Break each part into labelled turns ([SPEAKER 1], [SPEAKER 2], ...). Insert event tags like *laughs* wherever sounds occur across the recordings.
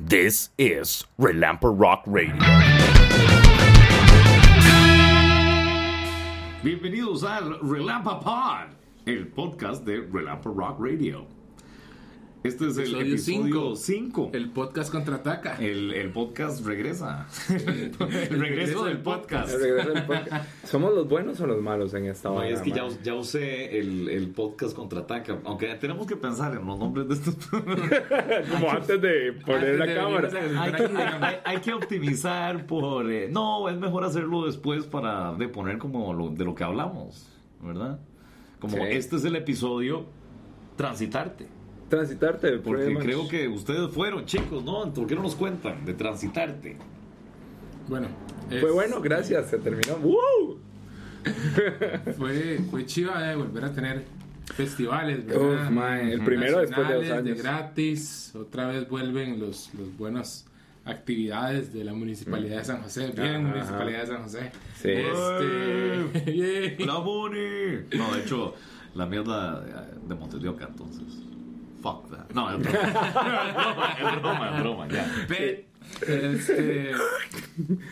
[SPEAKER 1] This is Relamper Rock Radio.
[SPEAKER 2] Bienvenidos al Relampa Pod, el podcast de Relampa Rock Radio. Este es el
[SPEAKER 3] Episodio
[SPEAKER 2] episodio 5. El,
[SPEAKER 3] El podcast contraataca.
[SPEAKER 2] el podcast regresa. El, regreso del podcast.
[SPEAKER 4] El regreso del podcast.
[SPEAKER 2] *laughs*
[SPEAKER 4] ¿Somos los buenos o los malos en esta
[SPEAKER 2] No,
[SPEAKER 4] hora?
[SPEAKER 2] es que ya, us- ya usé el, el podcast contraataca. Aunque tenemos que pensar en los nombres de estos
[SPEAKER 4] Como antes de poner la cámara.
[SPEAKER 2] hay, que, hay- hay que optimizar por... eh, no, es mejor hacerlo después para de poner como lo- de lo que hablamos, ¿verdad? Como
[SPEAKER 4] Sí.
[SPEAKER 2] este es el episodio transitarte.
[SPEAKER 4] Transitarte.
[SPEAKER 2] Porque creo que ustedes fueron, chicos, ¿no? ¿Por qué no nos cuentan de transitarte?
[SPEAKER 3] Bueno, es-
[SPEAKER 4] Fue bueno, gracias. Se terminó. ¡Woo!
[SPEAKER 3] Fue, fue chiva eh, volver a tener festivales, ¿verdad?
[SPEAKER 4] Uf, mae, el primero después de dos
[SPEAKER 3] Nacionales,
[SPEAKER 4] años.
[SPEAKER 3] de gratis. Otra vez vuelven los, los buenas actividades de la Municipalidad de San José. Bien,
[SPEAKER 4] Ajá.
[SPEAKER 3] Municipalidad de San José.
[SPEAKER 4] Sí.
[SPEAKER 3] Este, *laughs* yeah.
[SPEAKER 2] ¡La Moni! No, de hecho, la mierda de, de Montelioca, entonces. Fuck that. No, es broma.
[SPEAKER 3] *laughs*
[SPEAKER 2] es broma, es broma, ya.
[SPEAKER 3] Pe- Este,
[SPEAKER 4] *laughs*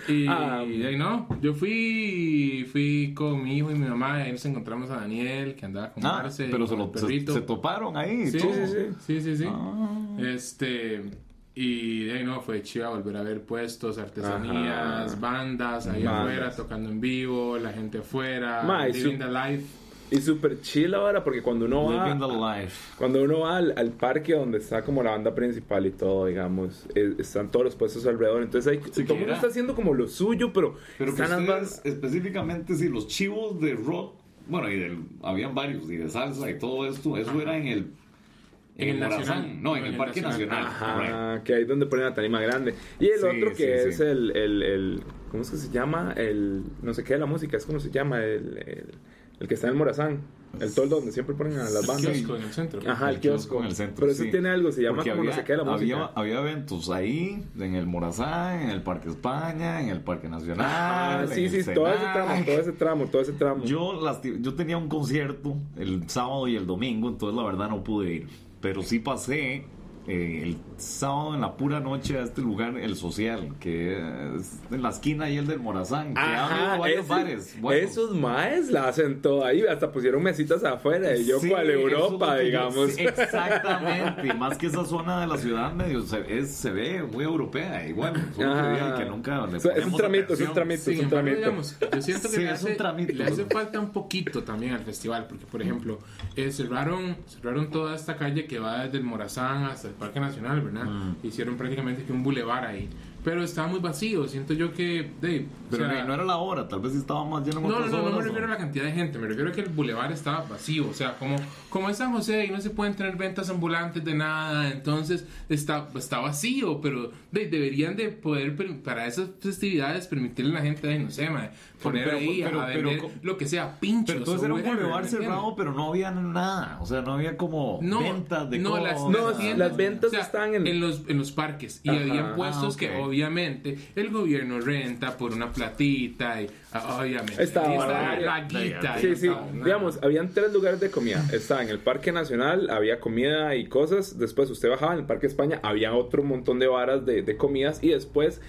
[SPEAKER 3] y,
[SPEAKER 4] Ah.
[SPEAKER 3] y de ahí no, yo fui fui con mi hijo y mi mamá, y ahí nos encontramos a Daniel que andaba con
[SPEAKER 2] Ah,
[SPEAKER 3] Marce,
[SPEAKER 2] pero
[SPEAKER 3] con
[SPEAKER 2] se,
[SPEAKER 3] el
[SPEAKER 2] lo, se,
[SPEAKER 3] perrito.
[SPEAKER 2] se toparon ahí.
[SPEAKER 3] Sí,
[SPEAKER 2] todo.
[SPEAKER 3] sí, sí, sí, sí, sí.
[SPEAKER 2] Ah.
[SPEAKER 3] Este, y de ahí no, fue chiva volver a ver puestos, artesanías,
[SPEAKER 4] Ajá.
[SPEAKER 3] bandas ahí
[SPEAKER 4] Bandas.
[SPEAKER 3] afuera, tocando en vivo, la gente afuera,
[SPEAKER 4] Ma, y su-
[SPEAKER 3] living the life.
[SPEAKER 4] Y súper chill ahora porque cuando uno
[SPEAKER 2] Living the
[SPEAKER 4] va...
[SPEAKER 2] life.
[SPEAKER 4] Cuando uno va al, al parque donde está como la banda principal y todo, digamos, eh, están todos los puestos alrededor. Entonces hay, todo el mundo
[SPEAKER 2] Siquiera.
[SPEAKER 4] está haciendo como lo suyo, pero,
[SPEAKER 2] Pero que
[SPEAKER 4] están
[SPEAKER 2] ustedes,
[SPEAKER 4] las bandas-
[SPEAKER 2] específicamente, si los chivos de rock, bueno, y del, habían varios, y de salsa y todo esto, eso era en el.
[SPEAKER 3] En el
[SPEAKER 2] Morazán.
[SPEAKER 3] Nacional.
[SPEAKER 2] No, en el Parque Nacional. Right.
[SPEAKER 4] Ajá, que ahí es donde ponen la tarima grande. Y el
[SPEAKER 2] Sí,
[SPEAKER 4] otro que
[SPEAKER 2] sí,
[SPEAKER 4] es
[SPEAKER 2] sí.
[SPEAKER 4] El, el, el- ¿Cómo es que se llama? El. No sé qué de la música, es como se llama. El, el, el que está en Morazán. El toldo donde siempre ponen a las bandas.
[SPEAKER 3] Kiosco en el centro.
[SPEAKER 4] Ajá, el,
[SPEAKER 2] El kiosco
[SPEAKER 4] kiosco.
[SPEAKER 2] en el centro,
[SPEAKER 4] Pero ese
[SPEAKER 2] sí.
[SPEAKER 4] tiene algo, se llama
[SPEAKER 2] Porque
[SPEAKER 4] como
[SPEAKER 2] había,
[SPEAKER 4] no sé qué de la música.
[SPEAKER 2] había, había eventos ahí, en el Morazán, en el Parque España, en el Parque Nacional.
[SPEAKER 4] Ah,
[SPEAKER 2] en
[SPEAKER 4] sí,
[SPEAKER 2] el
[SPEAKER 4] sí, todo ese
[SPEAKER 2] Senac.
[SPEAKER 4] tramo, todo ese tramo, todo ese tramo.
[SPEAKER 2] Yo, lasti- yo tenía un concierto el sábado y el domingo, entonces la verdad no pude ir. Pero sí pasé eh, el sábado en la pura noche a este lugar, el social, que es en la esquina ahí el del Morazán, que abre
[SPEAKER 4] Ajá,
[SPEAKER 2] varios
[SPEAKER 4] ese-
[SPEAKER 2] bares. buenos.
[SPEAKER 4] esos maes la hacen todo ahí, hasta pusieron mesitas afuera. Y yo,
[SPEAKER 2] Sí,
[SPEAKER 4] cual
[SPEAKER 2] eso es lo
[SPEAKER 4] Europa,
[SPEAKER 2] que yo-
[SPEAKER 4] digamos.
[SPEAKER 2] sí, exactamente. y más que esa zona de la ciudad medio se, es- se ve muy europea. Y bueno, es una
[SPEAKER 4] Ajá.
[SPEAKER 2] teoría que nunca le
[SPEAKER 4] O sea, es un
[SPEAKER 2] ponemos
[SPEAKER 4] tramito, es
[SPEAKER 2] atención.
[SPEAKER 4] un tramito,
[SPEAKER 3] Sin
[SPEAKER 4] es un
[SPEAKER 3] embargo,
[SPEAKER 4] tramito.
[SPEAKER 3] digamos, yo siento que
[SPEAKER 2] Sí,
[SPEAKER 3] le,
[SPEAKER 2] es un
[SPEAKER 3] hace,
[SPEAKER 2] tramito.
[SPEAKER 3] le hace falta un poquito también al festival, porque por ejemplo, eh, cerraron, cerraron toda esta calle que va desde el Morazán hasta el Parque Nacional, ¿verdad?
[SPEAKER 2] Mm.
[SPEAKER 3] Hicieron prácticamente que un bulevar ahí. Pero estaba muy vacío, siento yo que... de, o
[SPEAKER 2] Pero
[SPEAKER 3] sea,
[SPEAKER 2] no- no era la hora, tal vez sí estaba más lleno en
[SPEAKER 3] no, no,
[SPEAKER 2] otras
[SPEAKER 3] no, no me
[SPEAKER 2] horas,
[SPEAKER 3] refiero a
[SPEAKER 2] ¿no?
[SPEAKER 3] la cantidad de gente, me refiero a que el bulevar estaba vacío, o sea, como, como en San José y no se pueden tener ventas ambulantes de nada, entonces está, está vacío, pero de- deberían de poder, per- para esas festividades, permitirle a la gente, ay, no sé, mae, poner
[SPEAKER 2] Pero-
[SPEAKER 3] ahí
[SPEAKER 2] pero-
[SPEAKER 3] a
[SPEAKER 2] pero-
[SPEAKER 3] vender
[SPEAKER 2] pero-
[SPEAKER 3] lo que sea, pinchos.
[SPEAKER 2] Pero entonces
[SPEAKER 3] o
[SPEAKER 2] era un
[SPEAKER 3] whatever,
[SPEAKER 2] boulevard
[SPEAKER 3] ¿me entiendes?
[SPEAKER 2] cerrado, pero no había nada. O sea, no había como
[SPEAKER 3] No,
[SPEAKER 2] ventas de
[SPEAKER 3] no, las,
[SPEAKER 2] cosas.
[SPEAKER 4] No,
[SPEAKER 3] tiendas,
[SPEAKER 4] las ventas
[SPEAKER 3] o sea,
[SPEAKER 4] están en-
[SPEAKER 3] los, en los parques. Y
[SPEAKER 4] Ajá,
[SPEAKER 3] había puestos
[SPEAKER 2] ah,
[SPEAKER 3] que
[SPEAKER 2] ok.
[SPEAKER 3] obviamente el gobierno renta por una platita. Y, ah, obviamente.
[SPEAKER 4] Estaba
[SPEAKER 3] ahí
[SPEAKER 4] barato.
[SPEAKER 3] la guita.
[SPEAKER 2] Ahí
[SPEAKER 4] Sí,
[SPEAKER 3] no
[SPEAKER 4] sí,
[SPEAKER 3] estaba nada.
[SPEAKER 4] digamos, habían tres lugares de comida. Estaba en el Parque Nacional, había comida y cosas. Después usted bajaba en el Parque España, había otro montón de varas de, de comidas. Y después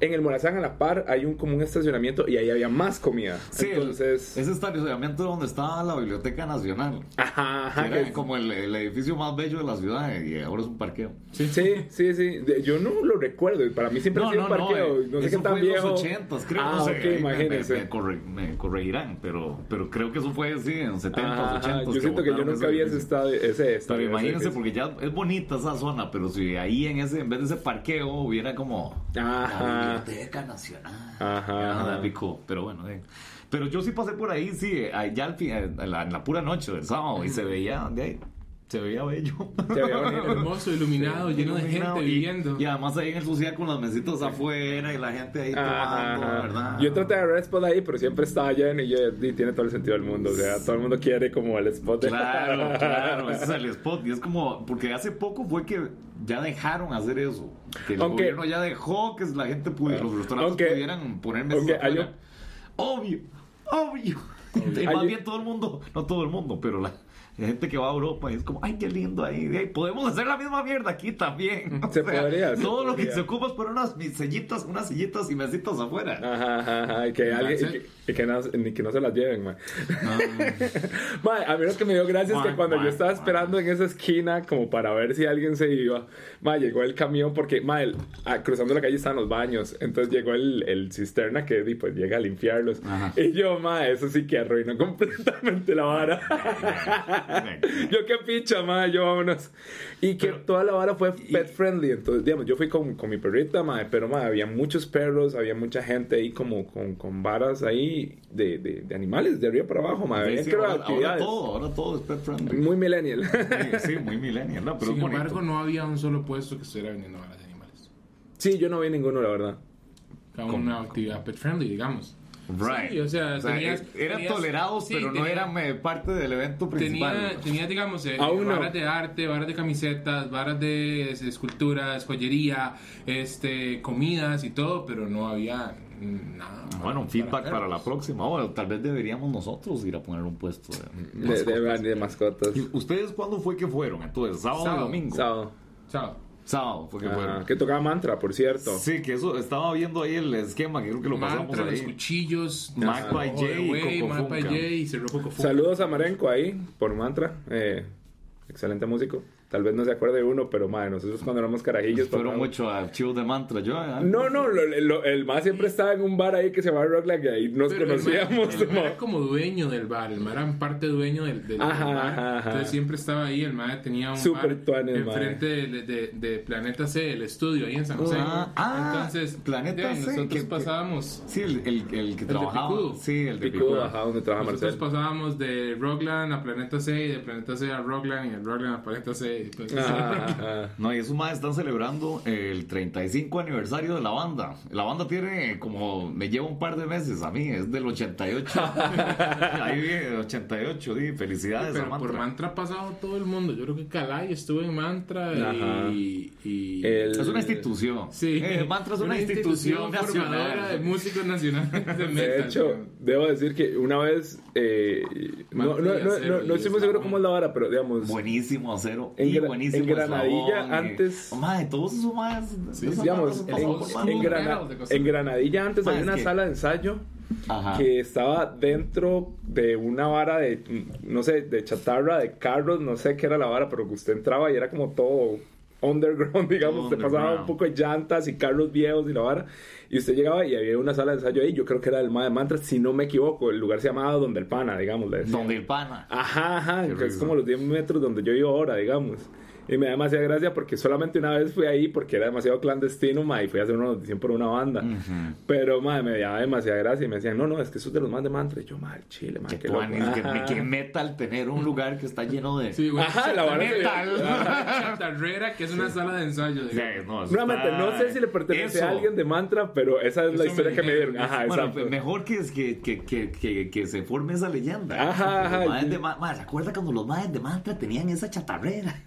[SPEAKER 4] en el Morazán a la par hay un como un estacionamiento y ahí había más comida.
[SPEAKER 2] Sí, el-
[SPEAKER 4] Entonces...
[SPEAKER 2] ese estacionamiento era donde estaba la Biblioteca Nacional.
[SPEAKER 4] Ajá,
[SPEAKER 2] que
[SPEAKER 4] ajá.
[SPEAKER 2] era
[SPEAKER 4] que-
[SPEAKER 2] como el, el edificio más bello de la ciudad y ahora es un parqueo.
[SPEAKER 4] Sí, sí, sí. De- Yo no lo recuerdo. y Para mí siempre ha sido un parqueo.
[SPEAKER 2] eh,
[SPEAKER 4] No, sé
[SPEAKER 2] eso
[SPEAKER 4] qué tan
[SPEAKER 2] fue
[SPEAKER 4] viejo.
[SPEAKER 2] en los 80, creo.
[SPEAKER 4] Ah,
[SPEAKER 2] no sé,
[SPEAKER 4] ok,
[SPEAKER 2] ahí me-
[SPEAKER 4] imagínense.
[SPEAKER 2] Me, me corre- me corregirán, pero, pero creo que eso fue así en 70,
[SPEAKER 4] Ajá,
[SPEAKER 2] 80.
[SPEAKER 4] yo siento que yo nunca vi ese estadio. Ese
[SPEAKER 2] Pero
[SPEAKER 4] estadio,
[SPEAKER 2] imagínense,
[SPEAKER 4] ese-
[SPEAKER 2] porque ya es bonita esa zona, pero si ahí en ese en vez de ese parqueo hubiera como la
[SPEAKER 4] Ajá. Ah.
[SPEAKER 2] Biblioteca Nacional.
[SPEAKER 4] Ajá.
[SPEAKER 2] Nada, pico, pero bueno. eh. Pero yo sí pasé por ahí, sí, eh, ya al fin, eh, en la, en la pura noche del sábado, y se veía, de ahí, se veía bello.
[SPEAKER 4] Se veía bonito.
[SPEAKER 3] Hermoso,
[SPEAKER 2] *laughs*
[SPEAKER 3] iluminado, lleno de gente
[SPEAKER 2] Iluminado, y-
[SPEAKER 3] viviendo.
[SPEAKER 2] Y, además ahí en el social con las mesitas afuera y la gente ahí
[SPEAKER 4] Ajá,
[SPEAKER 2] tomando,
[SPEAKER 4] ajá.
[SPEAKER 2] ¿verdad?
[SPEAKER 4] Yo traté de agarrar spot ahí, pero siempre estaba lleno y, yo- y tiene todo el sentido del mundo. O sea, todo el mundo quiere como el spot. de- *laughs*
[SPEAKER 2] Claro, claro, ese es el spot. Y es como, porque hace poco fue que ya dejaron hacer eso. Que el
[SPEAKER 4] Aunque-
[SPEAKER 2] gobierno ya dejó que la gente pudiera, los restaurantes
[SPEAKER 4] Aunque-
[SPEAKER 2] pudieran poner mesas
[SPEAKER 4] aunque
[SPEAKER 2] afuera.
[SPEAKER 4] hay un-
[SPEAKER 2] Obvio, obvio. Y
[SPEAKER 4] Hay
[SPEAKER 2] más *laughs*
[SPEAKER 4] un-
[SPEAKER 2] bien todo el mundo, no todo el mundo, pero la, Hay gente que va a Europa y es como, ay, qué lindo ahí. de ahí podemos hacer la misma mierda aquí
[SPEAKER 4] *laughs*
[SPEAKER 2] también.
[SPEAKER 4] Se podría, se
[SPEAKER 2] Todo lo que
[SPEAKER 4] podría.
[SPEAKER 2] se ocupa es por unas mis sillitas, unas sillitas y mesitas
[SPEAKER 4] *laughs*
[SPEAKER 2] afuera.
[SPEAKER 4] Ajá, ajá, ajá, y que, alguien, y que, y que no, ni que no se las lleven, man. *laughs* Man, a mí lo que me dio gracia es que
[SPEAKER 2] Man,
[SPEAKER 4] cuando yo
[SPEAKER 2] man,
[SPEAKER 4] estaba
[SPEAKER 2] man.
[SPEAKER 4] esperando en esa esquina como para ver si alguien se iba, man, llegó el camión porque, man, el- ah, cruzando la calle estaban los baños, entonces llegó el, el cisterna que di, pues llega a limpiarlos.
[SPEAKER 2] Ajá.
[SPEAKER 4] Y yo, man, eso sí que arruinó *laughs* completamente la vara. *laughs* yo qué picha, man, yo vámonos. Y que toda la vara fue pet friendly, entonces, digamos, yo fui con, con mi perrita, man, pero, man, había muchos perros, había mucha gente ahí como con, con varas ahí de, de, de animales, de arriba para abajo, man.
[SPEAKER 2] Sí,
[SPEAKER 4] Había
[SPEAKER 2] sí,
[SPEAKER 4] creo
[SPEAKER 2] ahora, ahora
[SPEAKER 4] actividades.
[SPEAKER 2] todo, ahora todo es pet friendly.
[SPEAKER 4] Muy millennial. *laughs*
[SPEAKER 2] Sí, sí, muy millennial, ¿no? Pero
[SPEAKER 3] Sin
[SPEAKER 2] es bonito.
[SPEAKER 3] embargo, no había un solo puesto que estuviera vendiendo balas de animales.
[SPEAKER 4] sí, yo no vi ninguno, la verdad.
[SPEAKER 3] Era una actividad pet friendly, digamos.
[SPEAKER 2] Right.
[SPEAKER 3] Sí, o sea, tenías-
[SPEAKER 2] eran
[SPEAKER 3] tenías-
[SPEAKER 2] tolerados,
[SPEAKER 3] sí,
[SPEAKER 2] pero no
[SPEAKER 3] tenía-
[SPEAKER 2] eran eh, parte del evento principal.
[SPEAKER 3] Tenía, tenía digamos, eh,
[SPEAKER 4] Aún no.
[SPEAKER 3] varas de arte, varas de camisetas, varas de es- esculturas, joyería, este, comidas y todo, pero no había mm, nada.
[SPEAKER 2] Bueno, un feedback para, la
[SPEAKER 3] perros.
[SPEAKER 2] próxima. O tal vez deberíamos nosotros ir a poner un puesto. de-
[SPEAKER 4] De, de, de mascotas.
[SPEAKER 2] ¿Y ¿Ustedes cuándo fue que fueron? Entonces, sábado,
[SPEAKER 3] Sábado.
[SPEAKER 2] o domingo.
[SPEAKER 4] Sábado.
[SPEAKER 3] Chao.
[SPEAKER 2] Sábado fue que
[SPEAKER 4] Ah,
[SPEAKER 2] fueron.
[SPEAKER 4] que tocaba mantra, por cierto.
[SPEAKER 2] Sí, que eso estaba viendo ahí el esquema, que creo que lo pasamos
[SPEAKER 3] Mantra,
[SPEAKER 2] ahí.
[SPEAKER 3] los cuchillos,
[SPEAKER 2] Magpie
[SPEAKER 3] Ojo de
[SPEAKER 2] J y
[SPEAKER 3] Güey,
[SPEAKER 2] Coco
[SPEAKER 3] Magpie
[SPEAKER 2] Funka.
[SPEAKER 3] J y Cerro Coco Funka.
[SPEAKER 4] Saludos a Marenco ahí, por mantra. Eh, excelente músico. Tal vez no se acuerde uno, pero madre, nosotros cuando éramos carajillos.
[SPEAKER 2] Fueron
[SPEAKER 4] tocábamos-
[SPEAKER 2] mucho a archivos de mantra. Yo, ¿eh?
[SPEAKER 4] No, no, lo- lo- el más siempre estaba en un bar ahí que se llamaba Rocklag y ahí nos
[SPEAKER 3] Pero el ma-
[SPEAKER 4] conocíamos.
[SPEAKER 3] el ma
[SPEAKER 4] como-
[SPEAKER 3] era como dueño del bar, el ma era parte dueño del, del- del
[SPEAKER 4] Ajá,
[SPEAKER 3] bar.
[SPEAKER 4] ajá, ajá.
[SPEAKER 3] Entonces siempre estaba ahí, el ma tenía un
[SPEAKER 4] Súper
[SPEAKER 3] bar
[SPEAKER 4] tuanes, ma.
[SPEAKER 3] enfrente de, de- de Planeta C, el estudio ahí en San José.
[SPEAKER 2] Ah, ah,
[SPEAKER 3] Entonces,
[SPEAKER 2] Planeta
[SPEAKER 3] ya,
[SPEAKER 2] C,
[SPEAKER 3] nosotros
[SPEAKER 2] que- que-
[SPEAKER 3] pasábamos.
[SPEAKER 2] Sí, el, el, el que
[SPEAKER 3] de
[SPEAKER 2] trabajaba.
[SPEAKER 3] Picudo.
[SPEAKER 2] Sí, el de
[SPEAKER 4] Picudo,
[SPEAKER 2] Picudo.
[SPEAKER 4] ajá, donde trabaja
[SPEAKER 3] Nosotros
[SPEAKER 4] Marcel.
[SPEAKER 3] pasábamos de Rockland a Planeta C y de Planeta C a Rockland y de Rockland a Planeta C.
[SPEAKER 2] *laughs*
[SPEAKER 3] y pues, Planeta C. *laughs*
[SPEAKER 4] Ah, ah.
[SPEAKER 2] No, y esos más están celebrando el 35 aniversario de la banda. La banda tiene como, me lleva un par de meses a mí, es del
[SPEAKER 3] *laughs*
[SPEAKER 2] 88. Ahí viene 88, di, felicidades
[SPEAKER 3] Pero
[SPEAKER 2] a
[SPEAKER 3] por
[SPEAKER 2] Ah, Mantra.
[SPEAKER 3] mantra ha pasado todo el mundo. Yo creo que Calay estuvo en mantra
[SPEAKER 4] Ajá.
[SPEAKER 3] y. y-
[SPEAKER 4] El-
[SPEAKER 2] Es una institución.
[SPEAKER 3] Sí,
[SPEAKER 2] Eh, Mantra es una, institución,
[SPEAKER 3] formadora de
[SPEAKER 2] nacional.
[SPEAKER 3] músicos nacionales de metal.
[SPEAKER 4] De hecho, debo decir que una vez. eh, no, no, no, no, no, no estoy muy seguro cómo es la vara, pero digamos.
[SPEAKER 2] Buenísimo acero
[SPEAKER 4] En
[SPEAKER 2] y
[SPEAKER 4] Gra-
[SPEAKER 2] buenísimo
[SPEAKER 4] en Granadilla,
[SPEAKER 2] Eslabón, y-
[SPEAKER 4] antes-
[SPEAKER 2] Oh, madre, todos esos más.
[SPEAKER 3] Sí,
[SPEAKER 2] esas
[SPEAKER 4] digamos,
[SPEAKER 2] bandas
[SPEAKER 4] en,
[SPEAKER 2] han pasado por
[SPEAKER 3] Old
[SPEAKER 4] en
[SPEAKER 2] Mantra.
[SPEAKER 3] school.
[SPEAKER 4] Grana-
[SPEAKER 3] Metal de cosas.
[SPEAKER 4] en Granadilla antes
[SPEAKER 2] Ma,
[SPEAKER 4] había
[SPEAKER 2] es
[SPEAKER 4] una
[SPEAKER 2] que-
[SPEAKER 4] sala de ensayo
[SPEAKER 2] Ajá.
[SPEAKER 4] que estaba dentro de una vara de, mm, no sé, de chatarra, de carros, no sé qué era la vara, pero que usted entraba y era como todo underground, *laughs* digamos, te pasaba
[SPEAKER 2] underground.
[SPEAKER 4] un poco de llantas y carros viejos y la vara, y usted llegaba y había una sala de ensayo ahí, yo creo que era del Ma de Mantra, si no me equivoco, el lugar se llamaba Donde el Pana, digamos. le decían.
[SPEAKER 2] Donde el pana.
[SPEAKER 4] Ajá, ajá,
[SPEAKER 2] Qué
[SPEAKER 4] que es
[SPEAKER 2] rico.
[SPEAKER 4] como los 10 metros donde yo vivo ahora, digamos. Y me da demasiada gracia porque solamente una vez fui ahí porque era demasiado clandestino, ma, y fui a hacer una audición por una banda.
[SPEAKER 2] Mm.
[SPEAKER 4] Pero, ma, me daba demasiada gracia y me decían, no, no, es que eso es de los más de mantra. Y yo, ma, el chile, ma,
[SPEAKER 2] Que,
[SPEAKER 4] qué loco.
[SPEAKER 2] tuanis, que,
[SPEAKER 4] Ajá.
[SPEAKER 2] que metal tener un lugar que está lleno de.
[SPEAKER 3] Sí, güey.
[SPEAKER 4] Ajá, la vara se-
[SPEAKER 3] Metal. Chatarrera, que es una sala de ensayo.
[SPEAKER 2] O sea,
[SPEAKER 3] digamos.
[SPEAKER 2] no, eso
[SPEAKER 4] Nuevamente,
[SPEAKER 2] está-
[SPEAKER 4] *laughs* no sé si le pertenece
[SPEAKER 2] Eso.
[SPEAKER 4] a alguien de mantra, pero esa es
[SPEAKER 3] Eso
[SPEAKER 4] la
[SPEAKER 3] me
[SPEAKER 4] historia que me
[SPEAKER 3] dijeron.
[SPEAKER 4] dieron. Ajá,
[SPEAKER 2] Bueno,
[SPEAKER 4] exacto.
[SPEAKER 2] pues, mejor que, es que, que, que, que, que se forme esa leyenda.
[SPEAKER 4] Ajá,
[SPEAKER 2] Los
[SPEAKER 4] ajá.
[SPEAKER 2] maes de ma- ma, ¿Se acuerda cuando los madres de mantra tenían esa
[SPEAKER 4] *laughs*
[SPEAKER 2] chatarrera?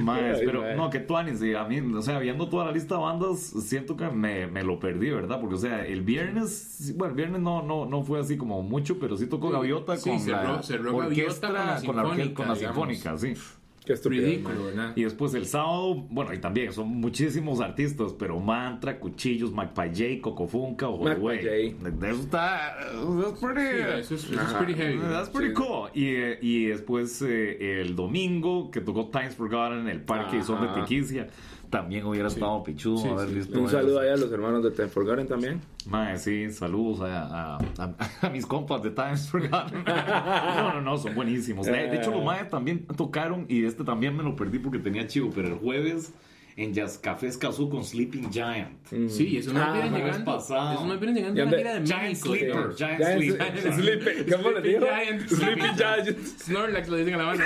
[SPEAKER 2] Maes,
[SPEAKER 4] Ay,
[SPEAKER 2] pero
[SPEAKER 4] mae.
[SPEAKER 2] no, que Tuanis, sí, a mí, o sea, viendo toda la lista de bandas, siento que me, me lo perdí, ¿verdad? Porque, o sea, el viernes, sí, bueno, el viernes no, no, no fue así como mucho, pero sí tocó Gaviota
[SPEAKER 3] Sí,
[SPEAKER 2] con
[SPEAKER 3] cerró-
[SPEAKER 2] la
[SPEAKER 3] cerró Gaviota
[SPEAKER 2] orquestra,
[SPEAKER 3] con
[SPEAKER 2] con
[SPEAKER 3] la
[SPEAKER 2] la, orque- con la
[SPEAKER 3] sinfónica,
[SPEAKER 2] sinfónica, sí.
[SPEAKER 4] Qué estupidez,
[SPEAKER 3] Ridículo, ¿verdad?
[SPEAKER 2] Y después el sábado, bueno, y también son muchísimos artistas, pero Mantra, Cuchillos, McPay J, Coco Funka, Ojo de Güey. Eso está. That's
[SPEAKER 3] Sí,
[SPEAKER 2] pretty.
[SPEAKER 3] eso es, eso es pretty heavy.
[SPEAKER 2] That's pretty
[SPEAKER 4] Sí.
[SPEAKER 2] cool. Y, eh, y después eh, el domingo que tocó Times Forgotten en el parque y son de
[SPEAKER 4] Ajá.
[SPEAKER 2] Tiquicia. También hubiera estado pichudo
[SPEAKER 3] Sí,
[SPEAKER 2] haber
[SPEAKER 3] sí.
[SPEAKER 2] visto.
[SPEAKER 4] Un
[SPEAKER 2] eso.
[SPEAKER 4] saludo ahí a los hermanos de Time Forgotten también.
[SPEAKER 2] Mae, sí, saludos a, *laughs* a- a- a mis compas de Times Forgotten. No, no, no, son buenísimos. De, de hecho, los maes también tocaron y este también me lo perdí porque tenía chivo, pero el jueves en Jazz Café Escazú con Sleeping Giant.
[SPEAKER 3] Sí, y eso
[SPEAKER 4] Ah,
[SPEAKER 3] más viene
[SPEAKER 2] no,
[SPEAKER 3] llegando.
[SPEAKER 2] es pasado.
[SPEAKER 3] Eso más viene llegando
[SPEAKER 4] Ya
[SPEAKER 3] a la
[SPEAKER 4] ande-
[SPEAKER 3] gira de
[SPEAKER 2] Giant
[SPEAKER 3] México.
[SPEAKER 2] Sleeper,
[SPEAKER 3] digamos.
[SPEAKER 2] Giant
[SPEAKER 4] Ya es-
[SPEAKER 2] Sleeper.
[SPEAKER 4] Sleeping, ¿cómo le
[SPEAKER 3] Sleeping
[SPEAKER 4] dijo?
[SPEAKER 3] Giant.
[SPEAKER 4] Sleeping Giants.
[SPEAKER 3] Snorlax le dicen a la banda.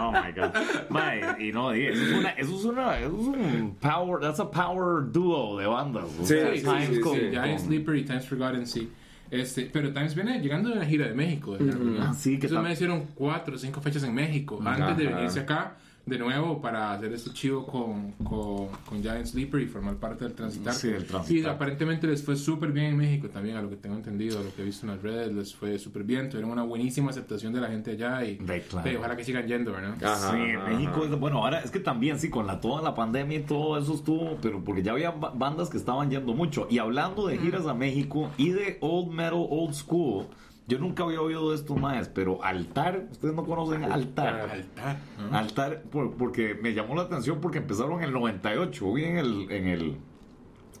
[SPEAKER 2] Oh my God. Mae, y no, y eso es una, eso es una, eso es un power, that's a power duo de bandas. O
[SPEAKER 4] Sí,
[SPEAKER 2] sea,
[SPEAKER 3] Sí, sí,
[SPEAKER 2] Times
[SPEAKER 3] sí, sí,
[SPEAKER 2] con-
[SPEAKER 3] Giant
[SPEAKER 2] con-
[SPEAKER 3] Sleeper y Times Forgotten, sí. Este, pero Times viene llegando de una gira de México. de la reunión.
[SPEAKER 2] Ah, sí, que
[SPEAKER 3] Esos
[SPEAKER 2] tal-
[SPEAKER 3] me hicieron cuatro o cinco fechas en México antes de
[SPEAKER 4] Ajá.
[SPEAKER 3] venirse acá. de nuevo para hacer este chivo con, con, con Giant Sleeper y formar parte del Transitar.
[SPEAKER 2] Sí, del
[SPEAKER 3] Y
[SPEAKER 2] Transitar.
[SPEAKER 3] aparentemente les fue súper bien en México también, a lo que tengo entendido, a lo que he visto en las redes, les fue súper bien. Tuvieron una buenísima aceptación de la gente allá y
[SPEAKER 2] De claro. Ah,
[SPEAKER 3] de, ojalá que sigan yendo, ¿verdad?
[SPEAKER 4] Ajá,
[SPEAKER 2] sí, en
[SPEAKER 4] ajá,
[SPEAKER 2] México,
[SPEAKER 4] ajá.
[SPEAKER 2] es- bueno, ahora es que también, sí, con la, toda la pandemia y todo eso estuvo, pero porque ya había ba- bandas que estaban yendo mucho. Y hablando de giras a México y de Old Metal, Old School, yo nunca había oído de estos más, pero Altar, ustedes no conocen Altar.
[SPEAKER 3] Altar. ¿no?
[SPEAKER 2] Altar, por- porque me llamó la atención porque empezaron en el 98, vi en el, en el,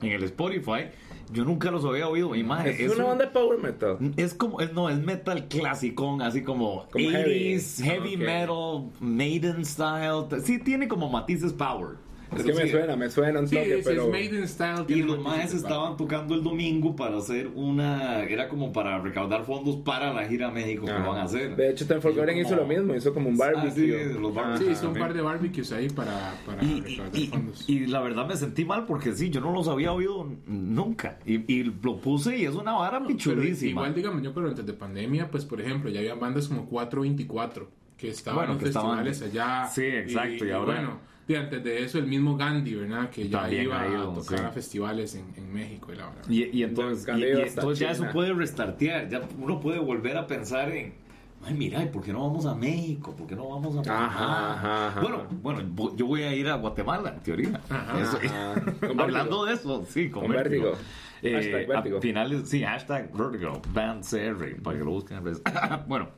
[SPEAKER 2] en el Spotify, yo nunca los había oído. Y más,
[SPEAKER 4] Es, una
[SPEAKER 2] un-
[SPEAKER 4] banda de power metal.
[SPEAKER 2] es como, es- no, es metal clasicón, así como,
[SPEAKER 4] Como
[SPEAKER 2] 80s, heavy
[SPEAKER 4] heavy. Ok.
[SPEAKER 2] metal, Maiden style. t- Sí, tiene como matices power.
[SPEAKER 4] Es
[SPEAKER 2] Eso
[SPEAKER 4] que me
[SPEAKER 2] sí.
[SPEAKER 4] suena, me suena un
[SPEAKER 3] Sí,
[SPEAKER 4] toque,
[SPEAKER 3] es,
[SPEAKER 4] pero...
[SPEAKER 3] es Made in Style.
[SPEAKER 2] Y
[SPEAKER 3] tiene
[SPEAKER 2] los
[SPEAKER 3] matices,
[SPEAKER 2] maes
[SPEAKER 3] ¿va?
[SPEAKER 2] estaban tocando el domingo para hacer una. Era como para recaudar fondos para la gira a México que
[SPEAKER 4] Ajá.
[SPEAKER 2] van a hacer.
[SPEAKER 4] De hecho, Ten Folklore
[SPEAKER 2] Yo
[SPEAKER 4] hizo
[SPEAKER 2] como-
[SPEAKER 4] lo mismo, hizo como un
[SPEAKER 2] Ah, sí,
[SPEAKER 4] barbecue.
[SPEAKER 2] los barbecues.
[SPEAKER 3] Sí, hizo un
[SPEAKER 2] Ajá.
[SPEAKER 3] par de barbecues ahí para, para
[SPEAKER 2] Y,
[SPEAKER 3] recaudar
[SPEAKER 2] y-
[SPEAKER 3] fondos.
[SPEAKER 2] y- y la verdad me sentí mal porque sí, yo no los había oído n- nunca. Y, y lo puse y es una vara
[SPEAKER 3] Pero
[SPEAKER 2] pichudísima.
[SPEAKER 3] igual, digamos, yo, pero antes de pandemia, pues, por ejemplo, ya había bandas como 424 que estaban
[SPEAKER 2] Bueno,
[SPEAKER 3] en
[SPEAKER 2] que estaban-
[SPEAKER 3] festivales allá.
[SPEAKER 2] Sí, exacto, y ahora-
[SPEAKER 3] Bueno, y antes de eso, el mismo Gandhi, ¿verdad? Que ya
[SPEAKER 2] También
[SPEAKER 3] iba
[SPEAKER 2] ha ido,
[SPEAKER 3] a tocar
[SPEAKER 2] sí.
[SPEAKER 3] a festivales en, en México y la verdad.
[SPEAKER 2] Y, y entonces,
[SPEAKER 4] Nunca
[SPEAKER 2] y-
[SPEAKER 4] le
[SPEAKER 2] y
[SPEAKER 4] iba hasta
[SPEAKER 2] entonces ya eso
[SPEAKER 4] China.
[SPEAKER 2] puede restartear, ya uno puede volver a pensar en, ay, mira, ¿y por qué no vamos a México? ¿Por qué no vamos a
[SPEAKER 4] Ajá, ajá, ajá.
[SPEAKER 2] Bueno, bueno, vo- yo voy a ir a Guatemala, en teoría. Eso-
[SPEAKER 4] Ajá. Con vértigo.
[SPEAKER 2] Ah, Hablando de eso, sí, con,
[SPEAKER 4] Con vértigo.
[SPEAKER 2] Eh,
[SPEAKER 4] Hashtag vértigo.
[SPEAKER 2] A finales, sí, hashtag vértigo, Band CR, para que lo busquen. en redes. *laughs* bueno,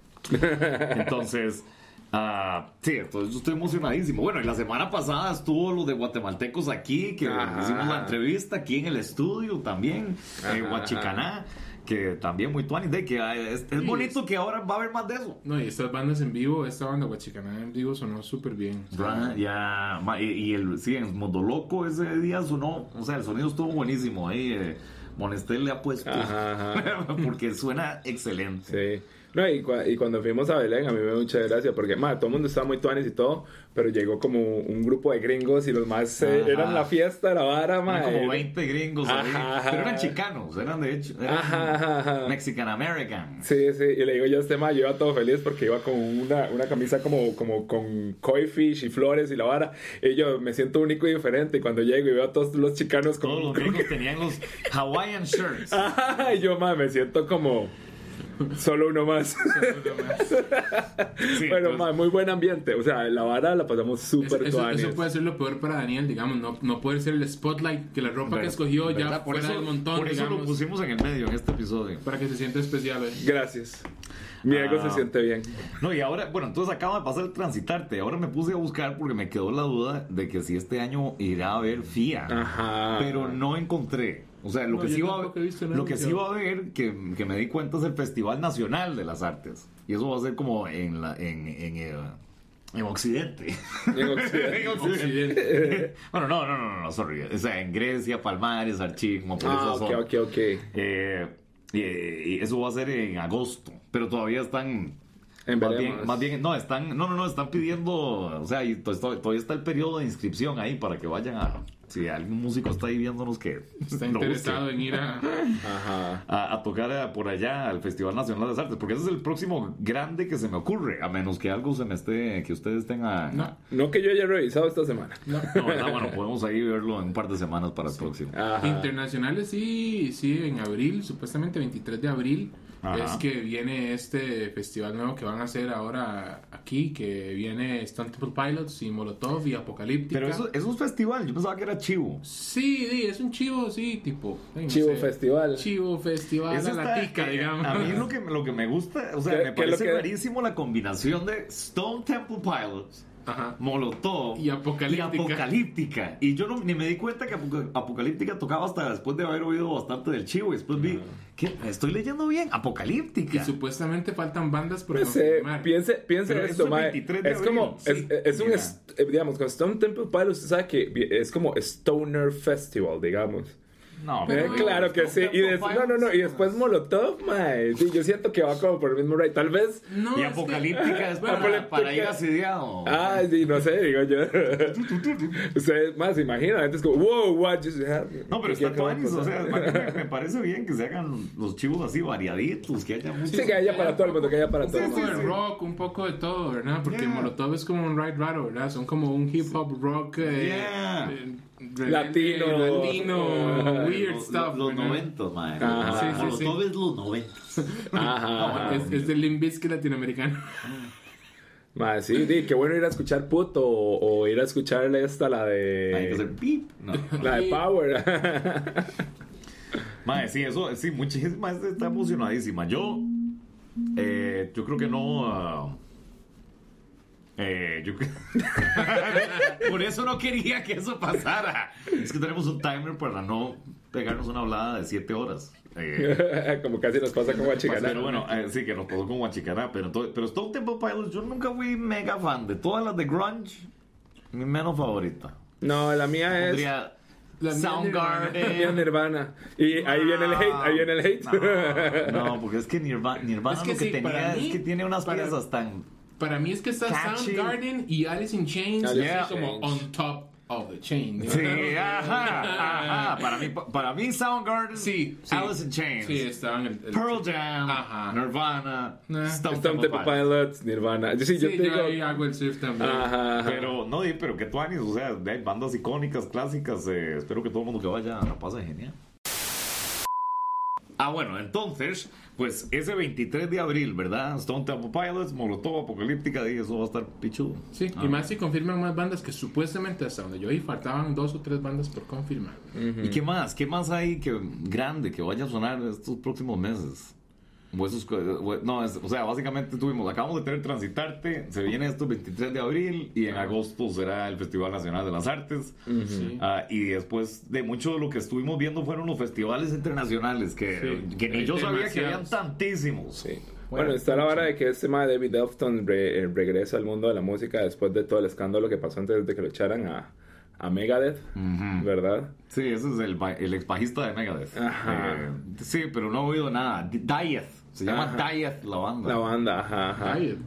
[SPEAKER 2] entonces... ah, sí, entonces yo estoy emocionadísimo. Bueno, y la semana pasada estuvo lo de guatemaltecos aquí, que
[SPEAKER 4] Ajá.
[SPEAKER 2] hicimos la entrevista aquí en el estudio también,
[SPEAKER 4] Ajá,
[SPEAKER 2] en Huachicaná, que también muy tuanis. De que ah, es, es
[SPEAKER 3] Sí,
[SPEAKER 2] bonito que ahora va a haber más de eso.
[SPEAKER 3] No, y estas bandas en vivo, esta banda Huachicaná en vivo sonó súper bien. O sea,
[SPEAKER 2] Ra- Pues, ah, Ya, ma- y, y el, sí, en Mondoloco ese día sonó, o sea, el sonido estuvo buenísimo ahí. eh, Monestel le ha puesto,
[SPEAKER 4] Ajá, ajá.
[SPEAKER 2] *laughs* porque suena excelente.
[SPEAKER 4] Sí. No, y, cua- y cuando fuimos a Belén, a mí me dio mucha gracia porque, madre, todo el mundo estaba muy tuanis y todo, pero llegó como un grupo de gringos y los más eh,
[SPEAKER 2] Ajá.
[SPEAKER 4] eran la fiesta, la vara,
[SPEAKER 2] Eran
[SPEAKER 4] madre.
[SPEAKER 2] como 20 gringos ahí,
[SPEAKER 4] Ajá, ajá.
[SPEAKER 2] pero eran chicanos, eran de hecho, eran
[SPEAKER 4] Ajá, ajá, ajá.
[SPEAKER 2] Mexican American.
[SPEAKER 4] Sí, sí, y le digo yo a este mayo, yo iba todo feliz porque iba con una, una camisa como, como con koi fish y flores y la vara. Y yo me siento único y diferente. Y cuando llego y veo a todos los chicanos con.
[SPEAKER 2] Todos
[SPEAKER 4] *laughs*
[SPEAKER 2] los gringos tenían los Hawaiian shirts.
[SPEAKER 4] Ah, Ajá, y yo, madre, me siento como. Solo uno más.
[SPEAKER 2] Sí,
[SPEAKER 4] *laughs* bueno,
[SPEAKER 2] entonces-
[SPEAKER 4] madre, muy buen ambiente. O sea, la vara la pasamos
[SPEAKER 3] Eso,
[SPEAKER 4] súper
[SPEAKER 3] eso,
[SPEAKER 4] tuanis.
[SPEAKER 3] eso puede ser lo peor para Daniel, digamos, no, no poder ser el spotlight, que la ropa que escogió ya
[SPEAKER 2] ¿Verdad? por
[SPEAKER 3] fuera
[SPEAKER 2] eso,
[SPEAKER 3] del montón,
[SPEAKER 2] por eso lo
[SPEAKER 3] digamos,
[SPEAKER 2] pusimos en el medio en este episodio.
[SPEAKER 3] para que se sienta especial. ¿eh?
[SPEAKER 4] Gracias. Mi ego
[SPEAKER 2] Ah.
[SPEAKER 4] se siente bien.
[SPEAKER 2] No, y ahora, bueno, entonces acaba de pasar el transitarte. Ahora me puse a buscar porque me quedó la duda de que si este año irá a haber FIA.
[SPEAKER 4] Ajá.
[SPEAKER 2] Pero no encontré. O sea, lo
[SPEAKER 3] No,
[SPEAKER 2] que
[SPEAKER 3] yo
[SPEAKER 2] sí va a
[SPEAKER 3] tampoco he visto nada
[SPEAKER 2] lo que sí
[SPEAKER 3] anunciado.
[SPEAKER 2] va a haber, que, que me di cuenta, es el Festival Nacional de las Artes. Y eso va a ser como en la, en, en, eh, en
[SPEAKER 3] *laughs*
[SPEAKER 2] Occidente.
[SPEAKER 4] En
[SPEAKER 2] *laughs*
[SPEAKER 4] Occidente.
[SPEAKER 2] En
[SPEAKER 3] Occidente.
[SPEAKER 2] bueno, no, no, no, no, sorry. O sea, en Grecia, Palmares, Archie, como por
[SPEAKER 4] Ah,
[SPEAKER 2] esa
[SPEAKER 4] ok,
[SPEAKER 2] zona.
[SPEAKER 4] ok, ok.
[SPEAKER 2] Eh, eh, y eso va a ser en agosto, pero todavía están...
[SPEAKER 4] En
[SPEAKER 2] más,
[SPEAKER 4] veremos.
[SPEAKER 2] bien, más bien, no, están, no, no, no, están pidiendo, o sea, y to- to- todavía está el periodo de inscripción ahí para que vayan a, si algún músico está ahí viéndonos que
[SPEAKER 3] Está
[SPEAKER 2] lo busque.
[SPEAKER 3] interesado en ir a...
[SPEAKER 4] Ajá.
[SPEAKER 2] A, a tocar eh, por allá al Festival Nacional de las Artes, porque ese es el próximo grande que se me ocurre, a menos que algo se me esté, que ustedes tengan...
[SPEAKER 3] No.
[SPEAKER 4] No que yo haya revisado esta semana.
[SPEAKER 2] No, ¿verdad? bueno, podemos ahí verlo en un par de semanas para el próximo.
[SPEAKER 3] Ah,
[SPEAKER 4] Ajá.
[SPEAKER 3] Internacionales sí, sí, en abril, supuestamente 23 de abril,
[SPEAKER 2] Ajá.
[SPEAKER 3] es que viene este festival nuevo que van a hacer ahora aquí, que viene Stunt Temple Pilots y Molotov y Apocalíptica.
[SPEAKER 2] Pero eso, eso es un festival, yo pensaba que era chivo.
[SPEAKER 3] Sí, sí, es un chivo, sí, tipo. ay, no
[SPEAKER 4] Chivo
[SPEAKER 3] sé.
[SPEAKER 4] festival.
[SPEAKER 3] Chivo Festival
[SPEAKER 2] Eso
[SPEAKER 3] a
[SPEAKER 2] está-
[SPEAKER 3] la tica,
[SPEAKER 2] eh,
[SPEAKER 3] digamos.
[SPEAKER 2] A mí lo que, lo que me gusta, o sea, me
[SPEAKER 4] ¿Qué- qué es lo
[SPEAKER 2] parece
[SPEAKER 4] que-
[SPEAKER 2] rarísimo la combinación de Stone Temple Pilots,
[SPEAKER 3] Ajá.
[SPEAKER 2] Molotov
[SPEAKER 3] Y Apocalíptica.
[SPEAKER 2] Y, Apocalíptica. Y yo no- ni me di cuenta que Apoca- Apocalíptica tocaba hasta después de haber oído bastante del chivo. Y después vi, que estoy leyendo bien,
[SPEAKER 3] Y
[SPEAKER 2] Apocalíptica.
[SPEAKER 3] supuestamente faltan bandas por
[SPEAKER 4] Pues, eh,
[SPEAKER 3] confirmar.
[SPEAKER 4] piense, piense
[SPEAKER 2] Pero eso
[SPEAKER 4] esto,
[SPEAKER 2] es
[SPEAKER 4] mae.
[SPEAKER 2] 23 de
[SPEAKER 4] Es como,
[SPEAKER 2] abril,
[SPEAKER 4] es,
[SPEAKER 2] sí.
[SPEAKER 4] es un,
[SPEAKER 2] Mira.
[SPEAKER 4] est- eh, digamos, con Stone Temple Pilots, usted sabe que vi- es como Stoner Festival, digamos.
[SPEAKER 2] No,
[SPEAKER 4] Eh,
[SPEAKER 2] pero-
[SPEAKER 4] claro que sí. Y des- no, no, no. Y después Molotov, mae. Sí, yo siento que va como por el mismo ride. Tal vez.
[SPEAKER 3] No,
[SPEAKER 2] Y
[SPEAKER 3] es que-
[SPEAKER 2] apocalíptica es para,
[SPEAKER 4] Apocalíptica.
[SPEAKER 2] para ir asediado.
[SPEAKER 4] Ah, sí, no sé, digo yo. Ustedes más se imaginan. Antes como, wow, what just happened?
[SPEAKER 2] No, pero
[SPEAKER 4] ¿Qué
[SPEAKER 2] está
[SPEAKER 4] acaba de
[SPEAKER 2] tuanis, o sea,
[SPEAKER 4] pasar?
[SPEAKER 2] me, me parece bien que se hagan los chivos así variaditos, que haya muchos.
[SPEAKER 4] Sí, que haya para todo el mundo, que haya para todo el
[SPEAKER 3] Un poco
[SPEAKER 4] mundo.
[SPEAKER 3] de rock, un poco de todo, ¿verdad? Porque Molotov es como un ride raro, ¿verdad? Son como un hip hop rock eh,
[SPEAKER 2] Yeah.
[SPEAKER 3] eh, rebelde,
[SPEAKER 4] Latino.
[SPEAKER 3] latino, weird
[SPEAKER 2] Los-
[SPEAKER 3] stuff.
[SPEAKER 2] Los
[SPEAKER 3] ¿verdad?
[SPEAKER 2] noventos, madre.
[SPEAKER 4] Ajá.
[SPEAKER 2] Sí,
[SPEAKER 4] Sí,
[SPEAKER 2] sí,
[SPEAKER 3] sí,
[SPEAKER 2] Molotov
[SPEAKER 3] sí.
[SPEAKER 2] es los noventos.
[SPEAKER 4] Ajá.
[SPEAKER 3] Es, es el Limbisky latinoamericano. *laughs*
[SPEAKER 4] Mae, sí, sí, qué bueno ir a escuchar puto o, o ir a escuchar esta, la
[SPEAKER 2] Hay que
[SPEAKER 4] de.
[SPEAKER 2] hacer pues pip. No, no.
[SPEAKER 4] La de Power.
[SPEAKER 2] Mae, sí, eso, sí, mucha gente mae, está emocionadísima. Yo, eh, yo creo que no. ah, eh, yo cre- *laughs* Por eso no quería que eso pasara. Es que tenemos un timer para no pegarnos una hablada de 7 horas.
[SPEAKER 4] *laughs*
[SPEAKER 2] Eh,
[SPEAKER 4] como casi nos pasa como a Chicago.
[SPEAKER 2] pero bueno, eh, sí, que nos pasó con Huachicará. Pero, entonces- pero Stone Temple Pilots, yo nunca fui mega fan de todas las de Grunge, mi menos favorita.
[SPEAKER 4] No, la mía
[SPEAKER 3] *laughs*
[SPEAKER 4] es.
[SPEAKER 2] Podría
[SPEAKER 3] La mía
[SPEAKER 4] La mía es
[SPEAKER 2] Soundgarden.
[SPEAKER 4] Nirvana. Y ahí viene el hate, ahí viene el hate.
[SPEAKER 2] No, porque es que Nirvana, Nirvana
[SPEAKER 3] Es
[SPEAKER 2] lo
[SPEAKER 3] que
[SPEAKER 2] que
[SPEAKER 3] sí,
[SPEAKER 2] tenía
[SPEAKER 3] para mí,
[SPEAKER 2] es que tiene unas
[SPEAKER 3] para-
[SPEAKER 2] piezas tan.
[SPEAKER 3] Para mí es que está
[SPEAKER 2] Catchy.
[SPEAKER 3] Soundgarden y Alice in Chains
[SPEAKER 4] Alice
[SPEAKER 3] así
[SPEAKER 2] in
[SPEAKER 3] como
[SPEAKER 4] Chains.
[SPEAKER 3] on top of the chain. *laughs*
[SPEAKER 2] Sí, ajá, ajá. Para mí, para mí Soundgarden,
[SPEAKER 3] Sí, sí.
[SPEAKER 2] Alice in Chains,
[SPEAKER 3] Sí, estaban el, el-
[SPEAKER 2] Pearl Jam,
[SPEAKER 3] Ajá.
[SPEAKER 2] Nirvana,
[SPEAKER 3] Nah.
[SPEAKER 2] Stone
[SPEAKER 4] Stone
[SPEAKER 2] Temple
[SPEAKER 4] Temple
[SPEAKER 2] Pilots.
[SPEAKER 4] Pilots, Nirvana. Yo sí, yo
[SPEAKER 3] Sí,
[SPEAKER 4] te
[SPEAKER 3] yo
[SPEAKER 4] digo.
[SPEAKER 3] ahí hago el surf también.
[SPEAKER 4] Ajá, ajá.
[SPEAKER 2] Pero no, di, pero que tú o sea, hay bandas icónicas, clásicas. eh, espero que todo el mundo que vaya la pase genial. Ah, bueno, entonces, pues ese 23 de abril, ¿verdad? Stone Temple Pilots, Molotov Apocalíptica, y eso va a estar pichudo.
[SPEAKER 3] Sí, y más si confirman más bandas que supuestamente hasta donde yo vi faltaban dos o tres bandas por confirmar.
[SPEAKER 2] ¿Y qué más? ¿Qué más hay que grande que vaya a sonar estos próximos meses? O esos co- o- no, es- o sea, básicamente tuvimos, acabamos de tener Transitarte, se viene esto el 23 de abril y en agosto será el Festival Nacional de las Artes.
[SPEAKER 3] Sí.
[SPEAKER 2] Ah, y después de mucho de lo que estuvimos viendo fueron los festivales internacionales, que,
[SPEAKER 3] Sí.
[SPEAKER 2] que ni
[SPEAKER 3] Hay
[SPEAKER 2] yo sabía que habían
[SPEAKER 3] demasiados.
[SPEAKER 2] tantísimos.
[SPEAKER 4] Sí. Bueno, está la vara de que este tema de David Elfton re- eh, regresa al mundo de la música después de todo el escándalo que pasó antes de que lo echaran a, a Megadeth, ¿verdad?
[SPEAKER 2] Sí, ese es el, ba- el ex bajista de Megadeth.
[SPEAKER 4] Ajá.
[SPEAKER 2] Eh, sí, pero no he oído nada. D- Dieth, se llama
[SPEAKER 4] Ajá.
[SPEAKER 2] Dieth la banda.
[SPEAKER 4] La banda, ajá, ajá.
[SPEAKER 3] Ay,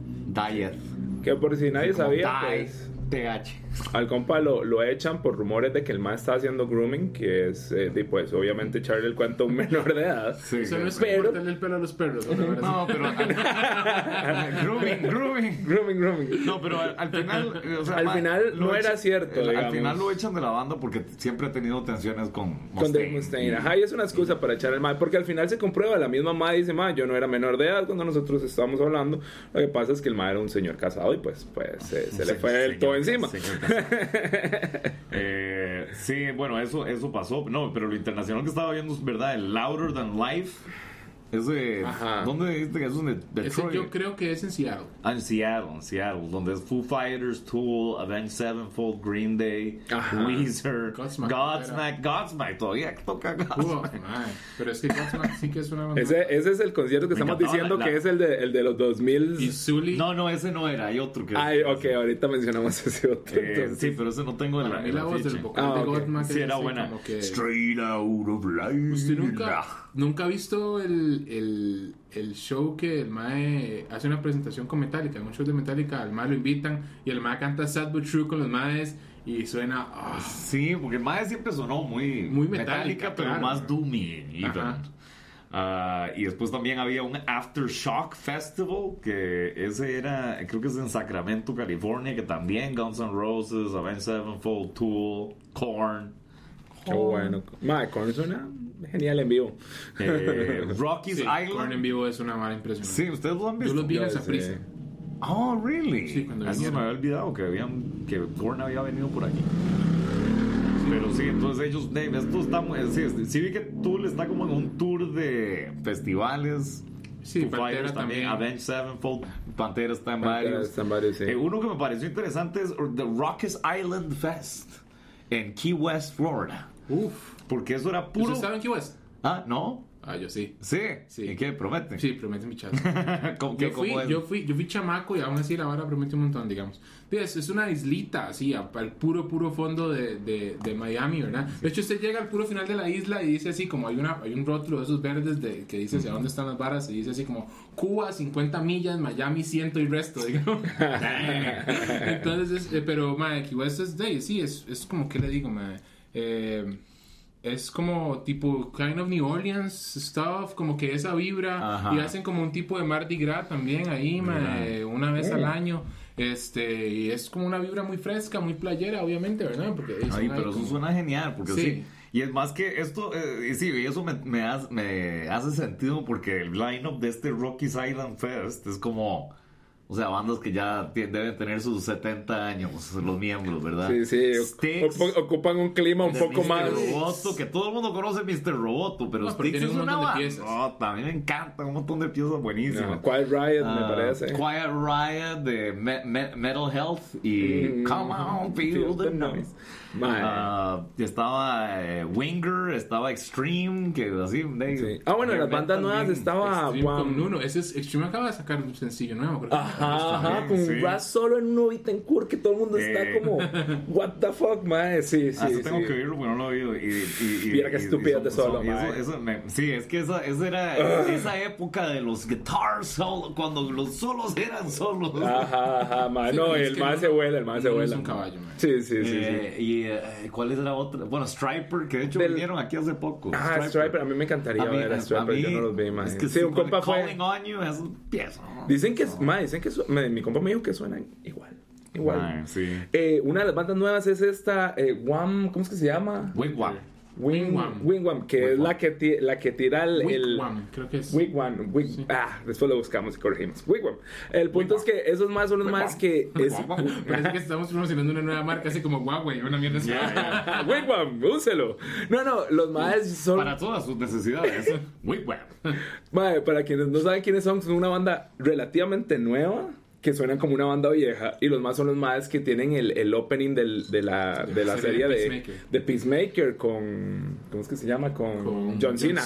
[SPEAKER 2] Dieth.
[SPEAKER 4] Que por si nadie
[SPEAKER 2] Como
[SPEAKER 4] sabía,
[SPEAKER 2] Die,
[SPEAKER 4] pues,
[SPEAKER 2] TH.
[SPEAKER 4] al compa lo, lo echan por rumores de que el man está haciendo grooming, que es, eh, y pues, obviamente echarle el cuento *laughs* a un menor de edad.
[SPEAKER 2] Sí.
[SPEAKER 3] Eso no es
[SPEAKER 4] Pero-
[SPEAKER 3] cortarle el pelo a los perros. ¿no? Ahora sí.
[SPEAKER 2] No, pero. *laughs* grooming, grooming.
[SPEAKER 4] Grooming, grooming.
[SPEAKER 2] No, pero al, al final. eh, o sea,
[SPEAKER 4] Al
[SPEAKER 2] ma-
[SPEAKER 4] final
[SPEAKER 2] lo
[SPEAKER 4] no era cierto,
[SPEAKER 2] Al
[SPEAKER 4] digamos.
[SPEAKER 2] final lo echan de la banda porque siempre ha tenido tensiones con Mustaine.
[SPEAKER 4] Con Dave Mustaine. Ajá, y es una excusa para echar el mal, porque al final se comprueba, la misma madre dice, ma, yo no era menor de edad cuando nosotros estábamos hablando, lo que pasa es que el ma era un señor casado y pues, pues
[SPEAKER 2] *laughs*
[SPEAKER 4] se, se le
[SPEAKER 2] Sí,
[SPEAKER 4] fue el
[SPEAKER 2] señor,
[SPEAKER 4] todo encima.
[SPEAKER 2] señor Casado. *laughs* Eh, sí, bueno, eso, eso pasó. No, pero lo internacional que estaba viendo es verdad, el Louder Than Life. Ese,
[SPEAKER 4] Ajá.
[SPEAKER 2] ¿Dónde dijiste que eso es en
[SPEAKER 3] pues, Ese
[SPEAKER 2] Detroit?
[SPEAKER 3] yo creo que es en Seattle.
[SPEAKER 2] Ah, en Seattle, en Seattle, donde es Foo Fighters, Tool, Avenged Sevenfold, Green Day,
[SPEAKER 4] Ajá.
[SPEAKER 2] Weezer,
[SPEAKER 3] Godsmack.
[SPEAKER 2] Godsmack, Godsmack, todavía que toca
[SPEAKER 3] Uf,
[SPEAKER 2] Godsmack.
[SPEAKER 3] man. Pero es que Godsmack sí que es una banda.
[SPEAKER 4] Ese, ese es el concierto que
[SPEAKER 2] Me
[SPEAKER 4] estamos
[SPEAKER 2] encantaba
[SPEAKER 4] diciendo
[SPEAKER 2] la-
[SPEAKER 4] que
[SPEAKER 2] la-
[SPEAKER 4] es el de, el de los 2000.
[SPEAKER 3] Y Zully.
[SPEAKER 2] No, no, ese no era, hay otro que...
[SPEAKER 4] Ay, ok, ahorita mencionamos ese otro.
[SPEAKER 2] Eh,
[SPEAKER 4] entonces.
[SPEAKER 2] sí, pero ese no tengo en
[SPEAKER 3] para
[SPEAKER 2] la,
[SPEAKER 3] mí
[SPEAKER 2] en
[SPEAKER 3] la
[SPEAKER 2] la
[SPEAKER 3] voz
[SPEAKER 2] ficha.
[SPEAKER 3] del vocal
[SPEAKER 4] Ah,
[SPEAKER 3] de
[SPEAKER 4] ok.
[SPEAKER 3] Goldman
[SPEAKER 2] Sí, era buena.
[SPEAKER 3] Como que,
[SPEAKER 2] Straight out of life.
[SPEAKER 3] ¿Usted nunca, nunca ha visto el, el, el show que el Mae hace una presentación con Metallica? En un show de Metallica, al Mae lo invitan y el Mae canta Sad But True con los Maes y suena. ah,
[SPEAKER 2] Sí, porque Mae siempre sonó muy,
[SPEAKER 3] Muy metálica,
[SPEAKER 2] pero
[SPEAKER 3] claro.
[SPEAKER 2] más doomy. even.
[SPEAKER 3] Ajá.
[SPEAKER 2] Ah, y después también había un Aftershock Festival, que ese era, creo que es en Sacramento, California, que también Guns N' Roses, Avenged Sevenfold, Tool, Korn,
[SPEAKER 4] Qué bueno. Ma, Korn suena genial en vivo.
[SPEAKER 2] eh,
[SPEAKER 3] *laughs*
[SPEAKER 2] Rockies
[SPEAKER 3] sí, Korn en
[SPEAKER 2] Island.
[SPEAKER 3] vivo es una vara impresionante.
[SPEAKER 2] Sí, ustedes lo han
[SPEAKER 3] Yo
[SPEAKER 2] visto.
[SPEAKER 3] los vi en
[SPEAKER 4] Ya
[SPEAKER 3] esa
[SPEAKER 4] sé.
[SPEAKER 3] prisa.
[SPEAKER 2] Oh, really?
[SPEAKER 3] Sí, cuando
[SPEAKER 2] Ah, eso se me
[SPEAKER 3] vinieron.
[SPEAKER 2] había olvidado que habían que Korn había venido por aquí. Pero sí, entonces ellos, Dave, esto está muy. Sí, sí, sí vi que Tool está como en un tour de festivales.
[SPEAKER 3] Sí,
[SPEAKER 2] Foo
[SPEAKER 3] Pantera
[SPEAKER 2] Fighters también.
[SPEAKER 3] también.
[SPEAKER 2] Avenged Sevenfold, Pantera está en
[SPEAKER 4] Pantera
[SPEAKER 2] varios.
[SPEAKER 4] está en varios, sí.
[SPEAKER 2] Eh, uno que me pareció interesante es The Rockies Island Fest en Key West, Florida.
[SPEAKER 3] Uf.
[SPEAKER 2] Porque eso era puro.
[SPEAKER 3] ¿Ustedes saben qué es?
[SPEAKER 2] Ah, no.
[SPEAKER 3] Ah, yo sí.
[SPEAKER 2] Sí.
[SPEAKER 3] Sí.
[SPEAKER 2] ¿Y qué? ¿Promete?
[SPEAKER 3] Sí, promete mi chazo.
[SPEAKER 2] *laughs* ¿Cómo, qué,
[SPEAKER 3] Yo fui,
[SPEAKER 2] cómo es?
[SPEAKER 3] yo, fui, yo fui chamaco y aún así la vara promete un montón, digamos. Mira, Es, es una islita, así, a- al puro, puro fondo de, de- de Miami, ¿verdad? De hecho, usted llega al puro final de la isla y dice así, como hay, una, hay un rótulo de esos verdes de, que dice hacia dónde están las varas, y dice así como Cuba, 50 millas, Miami, 100 y resto, digamos. Entonces, es- eh, pero, madre, Key West es, de- sí, es, es como, ¿qué le digo, madre? Eh, es como tipo kind of New Orleans stuff, como que esa vibra.
[SPEAKER 2] Ajá.
[SPEAKER 3] Y hacen como un tipo de Mardi Gras también ahí, ma,
[SPEAKER 2] Mira.
[SPEAKER 3] eh, una vez
[SPEAKER 4] Oh.
[SPEAKER 3] al año. Este, y es como una vibra muy fresca, muy playera, obviamente, ¿verdad? Porque ahí
[SPEAKER 2] Ay,
[SPEAKER 3] son ahí
[SPEAKER 2] pero eso
[SPEAKER 3] como-
[SPEAKER 2] suena genial, porque sí.
[SPEAKER 3] Sí.
[SPEAKER 2] Y es más que esto, eh, y sí, y eso me, me hace, me hace sentido porque el line-up de este Rockies Island Fest es como, o sea, bandas que ya tie- deben tener sus 70 años, los miembros, ¿verdad?
[SPEAKER 4] Sí, sí. o-
[SPEAKER 2] Sticks,
[SPEAKER 4] ocu- ocupan un clima un
[SPEAKER 2] de
[SPEAKER 4] poco
[SPEAKER 2] Mr.
[SPEAKER 4] más.
[SPEAKER 2] Roboto, que todo el mundo conoce Mr. Roboto, pero
[SPEAKER 3] No, pero
[SPEAKER 2] Sticks
[SPEAKER 3] tienen
[SPEAKER 2] es
[SPEAKER 3] un
[SPEAKER 2] una
[SPEAKER 3] montón de piezas.
[SPEAKER 2] bandota, a mí me encanta, un montón de piezas buenísimas.
[SPEAKER 4] No, Quiet Riot, me
[SPEAKER 2] Ah,
[SPEAKER 4] parece.
[SPEAKER 2] Quiet Riot de Me- Me- Metal Health y
[SPEAKER 4] Mm,
[SPEAKER 2] Come On, Feel the Noise.
[SPEAKER 4] Mae.
[SPEAKER 2] Ah, estaba eh, Winger, estaba Extreme, que así. de-
[SPEAKER 4] Sí. Ah, bueno, en las
[SPEAKER 2] metal
[SPEAKER 4] bandas nuevas
[SPEAKER 2] bien.
[SPEAKER 4] estaba
[SPEAKER 3] Extreme
[SPEAKER 4] Guam.
[SPEAKER 3] con Nuno. Ese es, Extreme acaba de sacar un sencillo nuevo, creo. que-
[SPEAKER 4] Ajá, ajá, con
[SPEAKER 2] también, sí.
[SPEAKER 4] Raz solo en un Bittencourt que todo el mundo
[SPEAKER 2] Eh.
[SPEAKER 4] está como, what the fuck, mae. Sí, sí.
[SPEAKER 2] Ah, eso
[SPEAKER 4] sí.
[SPEAKER 2] tengo que oírlo porque no lo he oído. Y, y, y,
[SPEAKER 4] Viera qué
[SPEAKER 2] y- y
[SPEAKER 4] estúpido
[SPEAKER 2] son-
[SPEAKER 4] de solo,
[SPEAKER 2] son- y eso-
[SPEAKER 4] mae. Ah.
[SPEAKER 2] eso me- sí, es que esa, esa
[SPEAKER 4] *laughs*
[SPEAKER 2] era esa época de los guitar solo, cuando los solos eran solos.
[SPEAKER 4] Ajá, ajá, mae.
[SPEAKER 3] Sí,
[SPEAKER 4] No,
[SPEAKER 3] es
[SPEAKER 4] el
[SPEAKER 3] que
[SPEAKER 4] mae
[SPEAKER 3] Nuno-
[SPEAKER 4] se vuela, el mae se
[SPEAKER 3] Nuno
[SPEAKER 4] vuela.
[SPEAKER 3] Es un caballo, man.
[SPEAKER 4] Sí, sí, sí. sí.
[SPEAKER 2] Eh, Y eh, cuál era otra, bueno, Striper, que de hecho
[SPEAKER 4] Del-
[SPEAKER 2] vinieron aquí hace poco.
[SPEAKER 4] Ah, Striper. a mí me encantaría ver a Striper, yo no los vi, mae.
[SPEAKER 2] Es que
[SPEAKER 4] sí, un compa fue.
[SPEAKER 2] Calling on you es un piezo.
[SPEAKER 4] Dicen que, mae, dicen que su- mae, mi compa me dijo que suenan igual. Igual.
[SPEAKER 2] Mae, sí.
[SPEAKER 4] Eh, una de las bandas nuevas es esta, eh, Wham, ¿cómo es que se llama?
[SPEAKER 2] Wigwam.
[SPEAKER 4] Wing-
[SPEAKER 3] Wigwam.
[SPEAKER 4] Wigwam, que es la que, ti- la que tira el. el-
[SPEAKER 3] Wigwam, creo que es.
[SPEAKER 4] Wigwam, Wig- ah, después lo buscamos y corregimos. Wigwam. El punto es que esos más son los más que. Es,
[SPEAKER 3] Parece que estamos promocionando una nueva marca, así como Huawei, una mierda así. *laughs*
[SPEAKER 4] *laughs* Wigwam, úselo. No, no, los más son.
[SPEAKER 2] Para todas sus necesidades.
[SPEAKER 3] *laughs*
[SPEAKER 2] Wigwam.
[SPEAKER 4] Mae, para quienes no saben quiénes son, son una banda relativamente nueva que suenan como una banda vieja y los más son los más que tienen el, el opening del- de la, de la serie de,
[SPEAKER 3] Peacemaker.
[SPEAKER 4] de Peacemaker con... ¿Cómo es que se llama? Con,
[SPEAKER 3] Con
[SPEAKER 4] John Cena.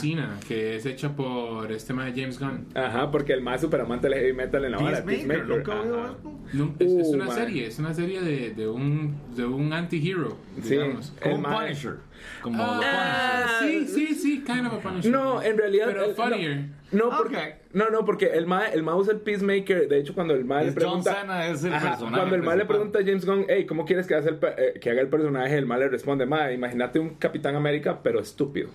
[SPEAKER 3] que es hecha por este man James Gunn.
[SPEAKER 4] Ajá, porque el más superamante del heavy metal en la hora.
[SPEAKER 2] Peacemaker, nunca he oído
[SPEAKER 4] ajá.
[SPEAKER 2] esto.
[SPEAKER 3] No, es, es
[SPEAKER 4] Uh,
[SPEAKER 3] una
[SPEAKER 4] man.
[SPEAKER 3] serie, es una serie de, de un, de un anti-hero,
[SPEAKER 4] Sí,
[SPEAKER 3] digamos.
[SPEAKER 4] el
[SPEAKER 2] Como un
[SPEAKER 4] mae-
[SPEAKER 2] Punisher. Como
[SPEAKER 3] Ah, sí, sí, sí, kind of a Punisher.
[SPEAKER 4] No, en realidad.
[SPEAKER 3] Pero
[SPEAKER 4] el-
[SPEAKER 3] funnier.
[SPEAKER 4] No, no, porque,
[SPEAKER 2] Ok.
[SPEAKER 4] no, no, porque el mae, el mae usa el Peacemaker. De hecho, cuando el mae le
[SPEAKER 2] Es John
[SPEAKER 4] pregunta.
[SPEAKER 2] Cena es el personaje
[SPEAKER 4] cuando el mae le
[SPEAKER 2] principal.
[SPEAKER 4] pregunta a James Gunn, hey, ¿cómo quieres que, haga el pe- eh, que haga el personaje? El mae le responde, mae, imagínate un Capitán América, pero estúpido.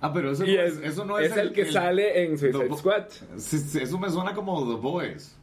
[SPEAKER 2] Ah, pero eso,
[SPEAKER 4] Y
[SPEAKER 2] no
[SPEAKER 4] es,
[SPEAKER 2] es, eso no es,
[SPEAKER 4] el, que sale en Suicide
[SPEAKER 2] No,
[SPEAKER 4] Squad.
[SPEAKER 2] Sí, sí, eso me suena como The Boys.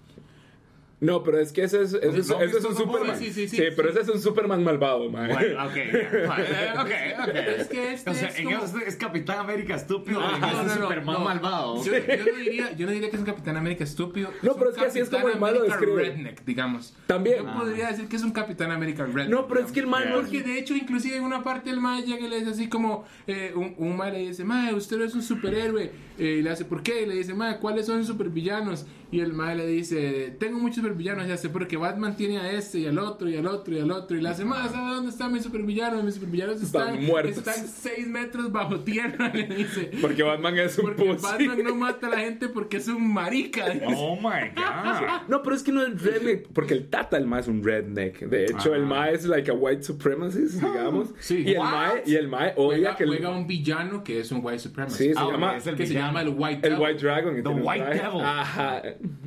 [SPEAKER 4] No, pero es que ese es, ese es,
[SPEAKER 2] No,
[SPEAKER 4] ese es
[SPEAKER 2] no,
[SPEAKER 4] un
[SPEAKER 2] no,
[SPEAKER 4] Superman.
[SPEAKER 3] sí, sí, sí,
[SPEAKER 4] pero
[SPEAKER 3] sí.
[SPEAKER 4] ese es un Superman malvado, mae.
[SPEAKER 2] Bueno, ok, yeah, fine. ok, ok.
[SPEAKER 3] Es que este
[SPEAKER 2] o sea,
[SPEAKER 3] es
[SPEAKER 2] en
[SPEAKER 3] como-
[SPEAKER 2] este es Capitán América estúpido. en
[SPEAKER 3] No, Ah, no,
[SPEAKER 2] este es
[SPEAKER 3] no, no,
[SPEAKER 2] Superman
[SPEAKER 3] no.
[SPEAKER 2] malvado.
[SPEAKER 3] Yo, yo no diría, yo no diría que es un Capitán América estúpido.
[SPEAKER 4] No,
[SPEAKER 3] un
[SPEAKER 4] pero es que así es como el
[SPEAKER 3] Capitán
[SPEAKER 4] malo
[SPEAKER 3] América
[SPEAKER 4] describe.
[SPEAKER 3] redneck, digamos.
[SPEAKER 4] También.
[SPEAKER 3] Yo podría decir que es un Capitán América redneck.
[SPEAKER 4] No, pero es que el mae no-
[SPEAKER 3] digamos. Porque de hecho, inclusive en una parte el mae llega y le dice así como... eh, un, un mae le dice, mae, usted no es un superhéroe. Eh, y le hace, ¿por qué? Y le dice, mae, ¿cuáles son los supervillanos? Y el mae le dice, tengo muchos supervillanos, ya sé, porque Batman tiene a este y al otro y al otro y al otro. Y le hace, mae, ¿sabe dónde están mis supervillanos? Mis supervillanos
[SPEAKER 4] Están
[SPEAKER 3] están...
[SPEAKER 4] muertos.
[SPEAKER 3] Están seis metros bajo tierra, *laughs* le dice.
[SPEAKER 4] *laughs* Porque Batman es un
[SPEAKER 3] Porque
[SPEAKER 4] pussy.
[SPEAKER 3] Batman no mata a la gente porque es un marica.
[SPEAKER 2] Oh my god.
[SPEAKER 4] No, pero es que no es redneck, porque el Tata el mae es un redneck. De hecho,
[SPEAKER 2] Ah.
[SPEAKER 4] el mae es like a white supremacist, digamos.
[SPEAKER 3] Ah. Sí.
[SPEAKER 4] Y el
[SPEAKER 3] What?
[SPEAKER 4] mae, y el mae odia
[SPEAKER 3] Juega,
[SPEAKER 4] que el,
[SPEAKER 3] juega un villano que es un white supremacist.
[SPEAKER 4] Sí, se
[SPEAKER 2] Ah,
[SPEAKER 4] llama
[SPEAKER 2] ok, es el
[SPEAKER 3] que se
[SPEAKER 2] villano.
[SPEAKER 3] llama el White
[SPEAKER 4] el
[SPEAKER 3] Devil.
[SPEAKER 4] white dragon. y
[SPEAKER 2] The
[SPEAKER 4] tiene un
[SPEAKER 2] White
[SPEAKER 4] traje.
[SPEAKER 2] Devil.
[SPEAKER 4] Ajá.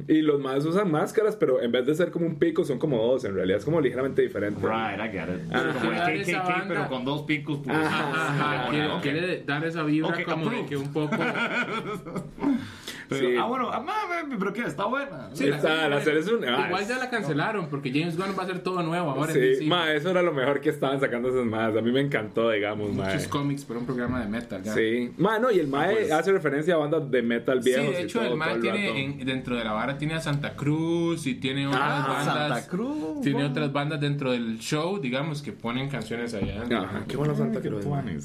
[SPEAKER 4] Y los más usan máscaras, pero en vez de ser como un pico, son como dos. En realidad es como ligeramente diferente.
[SPEAKER 2] Right, I get it.
[SPEAKER 4] Pero
[SPEAKER 2] Como el
[SPEAKER 3] jugar esa
[SPEAKER 2] KKK,
[SPEAKER 3] banda-
[SPEAKER 2] pero con dos picos. pues,
[SPEAKER 4] Ajá,
[SPEAKER 3] Ajá,
[SPEAKER 2] sí,
[SPEAKER 3] quiere,
[SPEAKER 2] Ah, ok.
[SPEAKER 3] quiere dar esa vibra
[SPEAKER 2] Ok,
[SPEAKER 3] como de
[SPEAKER 2] approved.
[SPEAKER 3] que
[SPEAKER 2] *laughs*
[SPEAKER 3] un poco...
[SPEAKER 2] Pero-
[SPEAKER 4] Sí.
[SPEAKER 2] Ah, bueno, ah, mami, pero qué, está buena.
[SPEAKER 3] Sí,
[SPEAKER 4] Esta- la serie es un- ah,
[SPEAKER 3] Igual
[SPEAKER 4] es-
[SPEAKER 3] ya la cancelaron porque James Gunn va a hacer todo nuevo ahora. en
[SPEAKER 4] Sí,
[SPEAKER 3] DC.
[SPEAKER 4] mae, eso era lo mejor que estaban sacando esas más. A mí me encantó, digamos, mae.
[SPEAKER 3] Muchos
[SPEAKER 2] eh.
[SPEAKER 3] cómics para un programa de metal. ya.
[SPEAKER 4] Sí. Mae, no, y el mae hace referencia a bandas de metal
[SPEAKER 3] Ah, pues. Sí,
[SPEAKER 4] viejo.
[SPEAKER 3] de hecho, el mae tiene en- dentro de la vara tiene a Santa Cruz y tiene otras
[SPEAKER 4] Ah,
[SPEAKER 3] bandas.
[SPEAKER 2] Santa Cruz.
[SPEAKER 3] Tiene otras bandas dentro del show, digamos, que ponen canciones allá.
[SPEAKER 4] Ajá, qué bueno Santa que lo es, mae.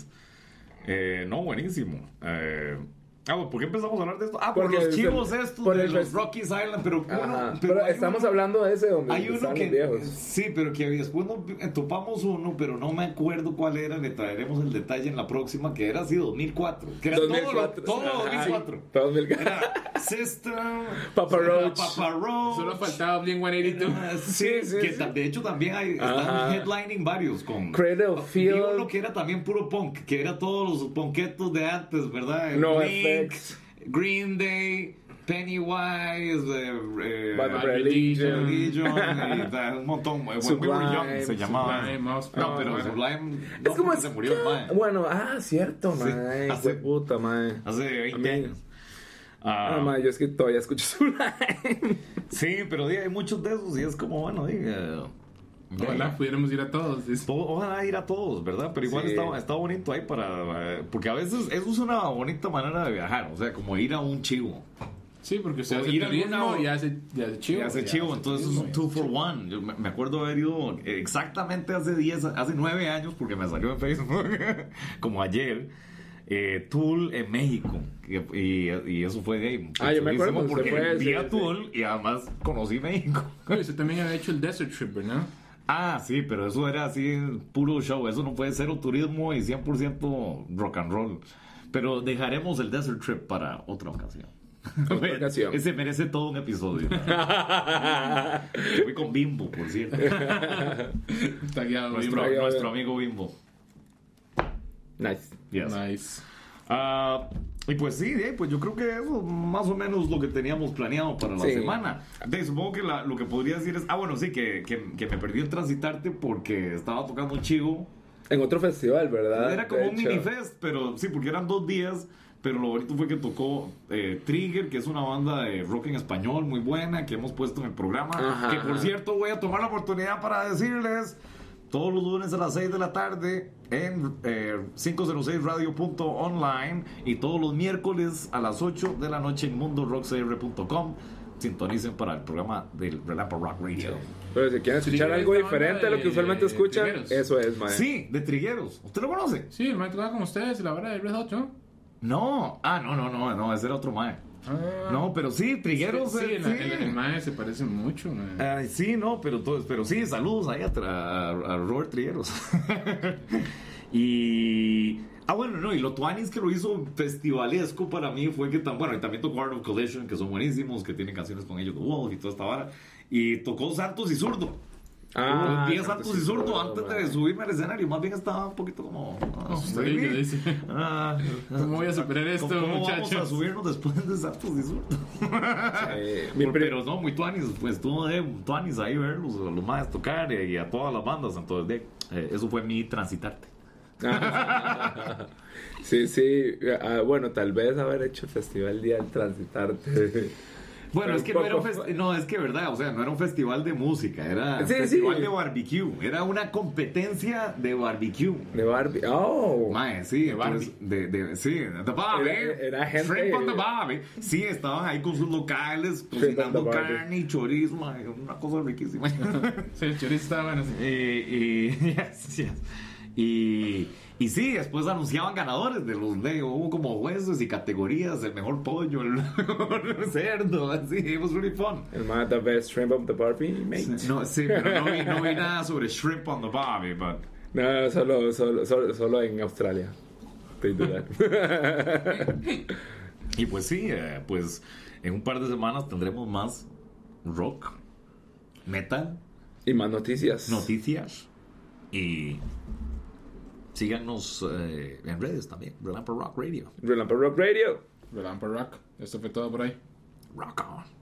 [SPEAKER 2] Eh, no, buenísimo. Eh, Ah, bueno, ¿por qué empezamos a hablar de esto? Ah, por
[SPEAKER 4] Porque
[SPEAKER 2] los
[SPEAKER 4] es
[SPEAKER 2] chivos
[SPEAKER 4] el-
[SPEAKER 2] estos
[SPEAKER 4] por
[SPEAKER 2] de
[SPEAKER 4] el
[SPEAKER 2] los
[SPEAKER 4] fest-
[SPEAKER 2] Rocky Island, pero, uno-
[SPEAKER 4] Ajá.
[SPEAKER 2] pero
[SPEAKER 4] Pero,
[SPEAKER 2] hay
[SPEAKER 4] estamos
[SPEAKER 2] uno-
[SPEAKER 4] hablando de ese donde
[SPEAKER 2] Hay uno
[SPEAKER 4] están
[SPEAKER 2] que
[SPEAKER 4] los viejos.
[SPEAKER 2] sí, pero que después no, topamos uno, pero no me acuerdo cuál era. Le traeremos el detalle en la próxima, que era así 2004. Que era todo lo-
[SPEAKER 4] 2004.
[SPEAKER 2] todo,
[SPEAKER 4] Ajá.
[SPEAKER 2] 2004.
[SPEAKER 4] Todo 2004.
[SPEAKER 2] Era System,
[SPEAKER 4] Papa Roach.
[SPEAKER 2] Papa Roach.
[SPEAKER 3] Solo faltaba Blink 182.
[SPEAKER 2] Ah,
[SPEAKER 4] Sí, sí,
[SPEAKER 2] que
[SPEAKER 4] sí.
[SPEAKER 2] ta- de hecho también hay, están
[SPEAKER 4] Ajá.
[SPEAKER 2] headlining varios con
[SPEAKER 4] Cradle of
[SPEAKER 2] Vi
[SPEAKER 4] Field.
[SPEAKER 2] uno que era también puro punk, que era todos los punketos de antes, ¿verdad? El
[SPEAKER 4] No
[SPEAKER 2] Blink,
[SPEAKER 4] Effects.
[SPEAKER 2] Green Day, Pennywise, eh, eh,
[SPEAKER 4] Bad
[SPEAKER 3] Bad
[SPEAKER 4] Religion.
[SPEAKER 2] Religion,
[SPEAKER 4] *laughs*
[SPEAKER 2] y tal, un montón. When We Were
[SPEAKER 4] Sublime,
[SPEAKER 2] Young se llamaba.
[SPEAKER 3] Sublime, Mouse
[SPEAKER 2] no,
[SPEAKER 3] Punk,
[SPEAKER 2] pero
[SPEAKER 3] bueno.
[SPEAKER 2] Sublime no,
[SPEAKER 4] Es como
[SPEAKER 2] porque se murió el mae,
[SPEAKER 4] Bueno, ah, cierto, mae.
[SPEAKER 2] Hace-
[SPEAKER 4] Hace puta, mae.
[SPEAKER 2] hace 20
[SPEAKER 4] Amigo.
[SPEAKER 2] años.
[SPEAKER 4] Ah,
[SPEAKER 2] Ah,
[SPEAKER 4] mae, yo es que todavía escucho *laughs* su line.
[SPEAKER 2] sí, pero di, hay muchos de esos y es como, bueno, eh, diga.
[SPEAKER 3] Ojalá pudiéramos ir a todos.
[SPEAKER 2] Po- Ojalá ir a todos, ¿verdad? Pero igual
[SPEAKER 4] Sí.
[SPEAKER 2] está, está bonito ahí para... eh, Porque a veces eso es una bonita manera de viajar, o sea, como ir a un chivo.
[SPEAKER 3] Sí, porque usted
[SPEAKER 2] O
[SPEAKER 3] hace
[SPEAKER 2] ir a
[SPEAKER 3] turismo
[SPEAKER 2] alguna-
[SPEAKER 3] y hace, y hace chivo.
[SPEAKER 2] Y hace chivo, entonces es
[SPEAKER 3] turismo,
[SPEAKER 2] un
[SPEAKER 3] ya.
[SPEAKER 2] two for one. Yo me me acuerdo haber ido exactamente hace 10, hace 9 años, porque me salió en Facebook, *laughs* como ayer, eh, Tool en México. Y, y- y eso fue de
[SPEAKER 4] Ah, yo me acuerdo cuando
[SPEAKER 2] porque
[SPEAKER 4] se fue,
[SPEAKER 2] vi
[SPEAKER 4] sí,
[SPEAKER 2] a
[SPEAKER 4] sí.
[SPEAKER 2] Tool y además conocí México.
[SPEAKER 3] Oye, usted también había hecho el Desert Trip, ¿verdad?
[SPEAKER 2] Ah, sí, pero eso era así, puro show. Eso no puede ser un turismo y 100% rock and roll. Pero dejaremos el Desert Trip para otra ocasión.
[SPEAKER 4] *laughs* Otra ocasión.
[SPEAKER 2] Ese merece todo un
[SPEAKER 4] *laughs*
[SPEAKER 2] episodio. Fui con Bimbo, por cierto.
[SPEAKER 3] Está guiado.
[SPEAKER 2] nuestro,
[SPEAKER 4] Bimbo.
[SPEAKER 2] nuestro amigo Bimbo.
[SPEAKER 4] nice.
[SPEAKER 2] Yes.
[SPEAKER 3] Nice.
[SPEAKER 2] Ah, y pues sí, eh, pues yo creo que eso es más o menos lo que teníamos planeado para la
[SPEAKER 4] Sí.
[SPEAKER 2] semana. De, supongo que la- lo que podría decir es, ah, bueno, sí, que, que, que me perdí en transitarte porque estaba tocando chivo.
[SPEAKER 4] En otro festival, ¿verdad?
[SPEAKER 2] Era como
[SPEAKER 4] Ah, De
[SPEAKER 2] un
[SPEAKER 4] hecho.
[SPEAKER 2] mini fest, pero sí, porque eran dos días. Pero lo bonito fue que tocó eh, Trigger, que es una banda de rock en español muy buena que hemos puesto en el programa.
[SPEAKER 4] Ajá,
[SPEAKER 2] que por
[SPEAKER 4] ajá.
[SPEAKER 2] cierto, voy a tomar la oportunidad para decirles: todos los lunes a las 6 de la tarde en eh, 506radio.online y todos los miércoles a las 8 de la noche en mundorockcr.com. Sintonicen para el programa del Relámpago Rock Radio.
[SPEAKER 4] Pero si quieren escuchar
[SPEAKER 3] Sí,
[SPEAKER 4] algo
[SPEAKER 3] esta banda
[SPEAKER 4] diferente a lo
[SPEAKER 3] de-
[SPEAKER 4] que usualmente
[SPEAKER 3] de
[SPEAKER 4] escuchan,
[SPEAKER 3] trigueros.
[SPEAKER 4] eso es, mae.
[SPEAKER 2] Sí, de Trigueros. ¿Usted lo conoce?
[SPEAKER 3] Sí, el man tocaba con ustedes la hora de Red Hot, ¿no?
[SPEAKER 2] No. Ah, no, no, no, no, ese era otro mae.
[SPEAKER 3] Ah,
[SPEAKER 2] No, pero sí, Trigueros.
[SPEAKER 3] Sí,
[SPEAKER 2] eh,
[SPEAKER 3] el, el,
[SPEAKER 2] sí. Eh,
[SPEAKER 3] el mae se parece mucho, mae.
[SPEAKER 2] Ay, sí, no, pero, todos- pero sí, saludos ahí a, tra- a, a Robert Trigueros. *laughs* y. Ah, bueno, no, y lo tuanis que lo hizo festivalesco para mí fue que tan bueno, y también tocó Art of Collision, que son buenísimos, que tienen canciones con ellos, The Wolf y toda esta vara. Y tocó Santos y Zurdo.
[SPEAKER 4] Ah,
[SPEAKER 2] Hubo 10
[SPEAKER 4] Santos
[SPEAKER 2] Santos y Zurdo antes
[SPEAKER 4] mae.
[SPEAKER 2] de subirme al escenario. Más bien estaba un poquito como. ah,
[SPEAKER 3] Oh,
[SPEAKER 2] estoy
[SPEAKER 3] sí,
[SPEAKER 2] bien.
[SPEAKER 3] dice.
[SPEAKER 2] *laughs* Ah,
[SPEAKER 3] ¿Cómo voy a superar esto,
[SPEAKER 2] ¿Cómo vamos a
[SPEAKER 3] muchachos?
[SPEAKER 2] subirnos después de Santos y Zurdo?
[SPEAKER 4] Eh, mi pri-
[SPEAKER 2] Ah, pero no, muy tuanis, pues estuvo de tuanis ahí verlos, a los más tocar eh, y a todas las bandas, entonces de, eh, eso fue mi transitarte.
[SPEAKER 4] Ah. sí, sí. Ah, bueno, tal vez haber hecho el festival Día del Transitarte.
[SPEAKER 2] Bueno,
[SPEAKER 4] Pero
[SPEAKER 2] es que no era un
[SPEAKER 4] poco.
[SPEAKER 2] festival, no, es que verdad, o sea, no era un festival de música, era un
[SPEAKER 4] Sí,
[SPEAKER 2] festival
[SPEAKER 4] sí.
[SPEAKER 2] de barbecue, era una competencia de barbecue.
[SPEAKER 4] De Barbie. ¡Oh!
[SPEAKER 2] Mae, sí,
[SPEAKER 3] De Barbie.
[SPEAKER 2] entonces, de, de- sí, de Barbie.
[SPEAKER 4] Era- era gente-
[SPEAKER 2] Shrimp on the Barbie. Sí, estaban ahí con sus locales, cocinando
[SPEAKER 4] Barbie.
[SPEAKER 2] carne y chorizo, mae, una cosa
[SPEAKER 4] *laughs*
[SPEAKER 2] riquísima.
[SPEAKER 3] Sí, el chorizo estaba bueno. sí.
[SPEAKER 2] Eh, y, *laughs* yes, yes. Y, y sí, después anunciaban ganadores de los de hubo como huesos y categorías, el mejor pollo, el *laughs* mejor cerdo, así, it was really fun.
[SPEAKER 4] El más The Best Shrimp of the Barbie, mate.
[SPEAKER 2] No, sí, pero no vi, no vi nada sobre shrimp on the barbie, but
[SPEAKER 4] No, solo, solo, solo, solo en Australia. Estoy dudando.
[SPEAKER 2] y pues sí, eh, pues en un par de semanas tendremos más rock, metal,
[SPEAKER 4] y más noticias.
[SPEAKER 2] noticias y síganos eh, en redes también, Relamper Rock Radio,
[SPEAKER 4] Relampo Rock Radio.
[SPEAKER 3] Relámpago Rock. Esto fue todo por ahí.
[SPEAKER 2] rock on.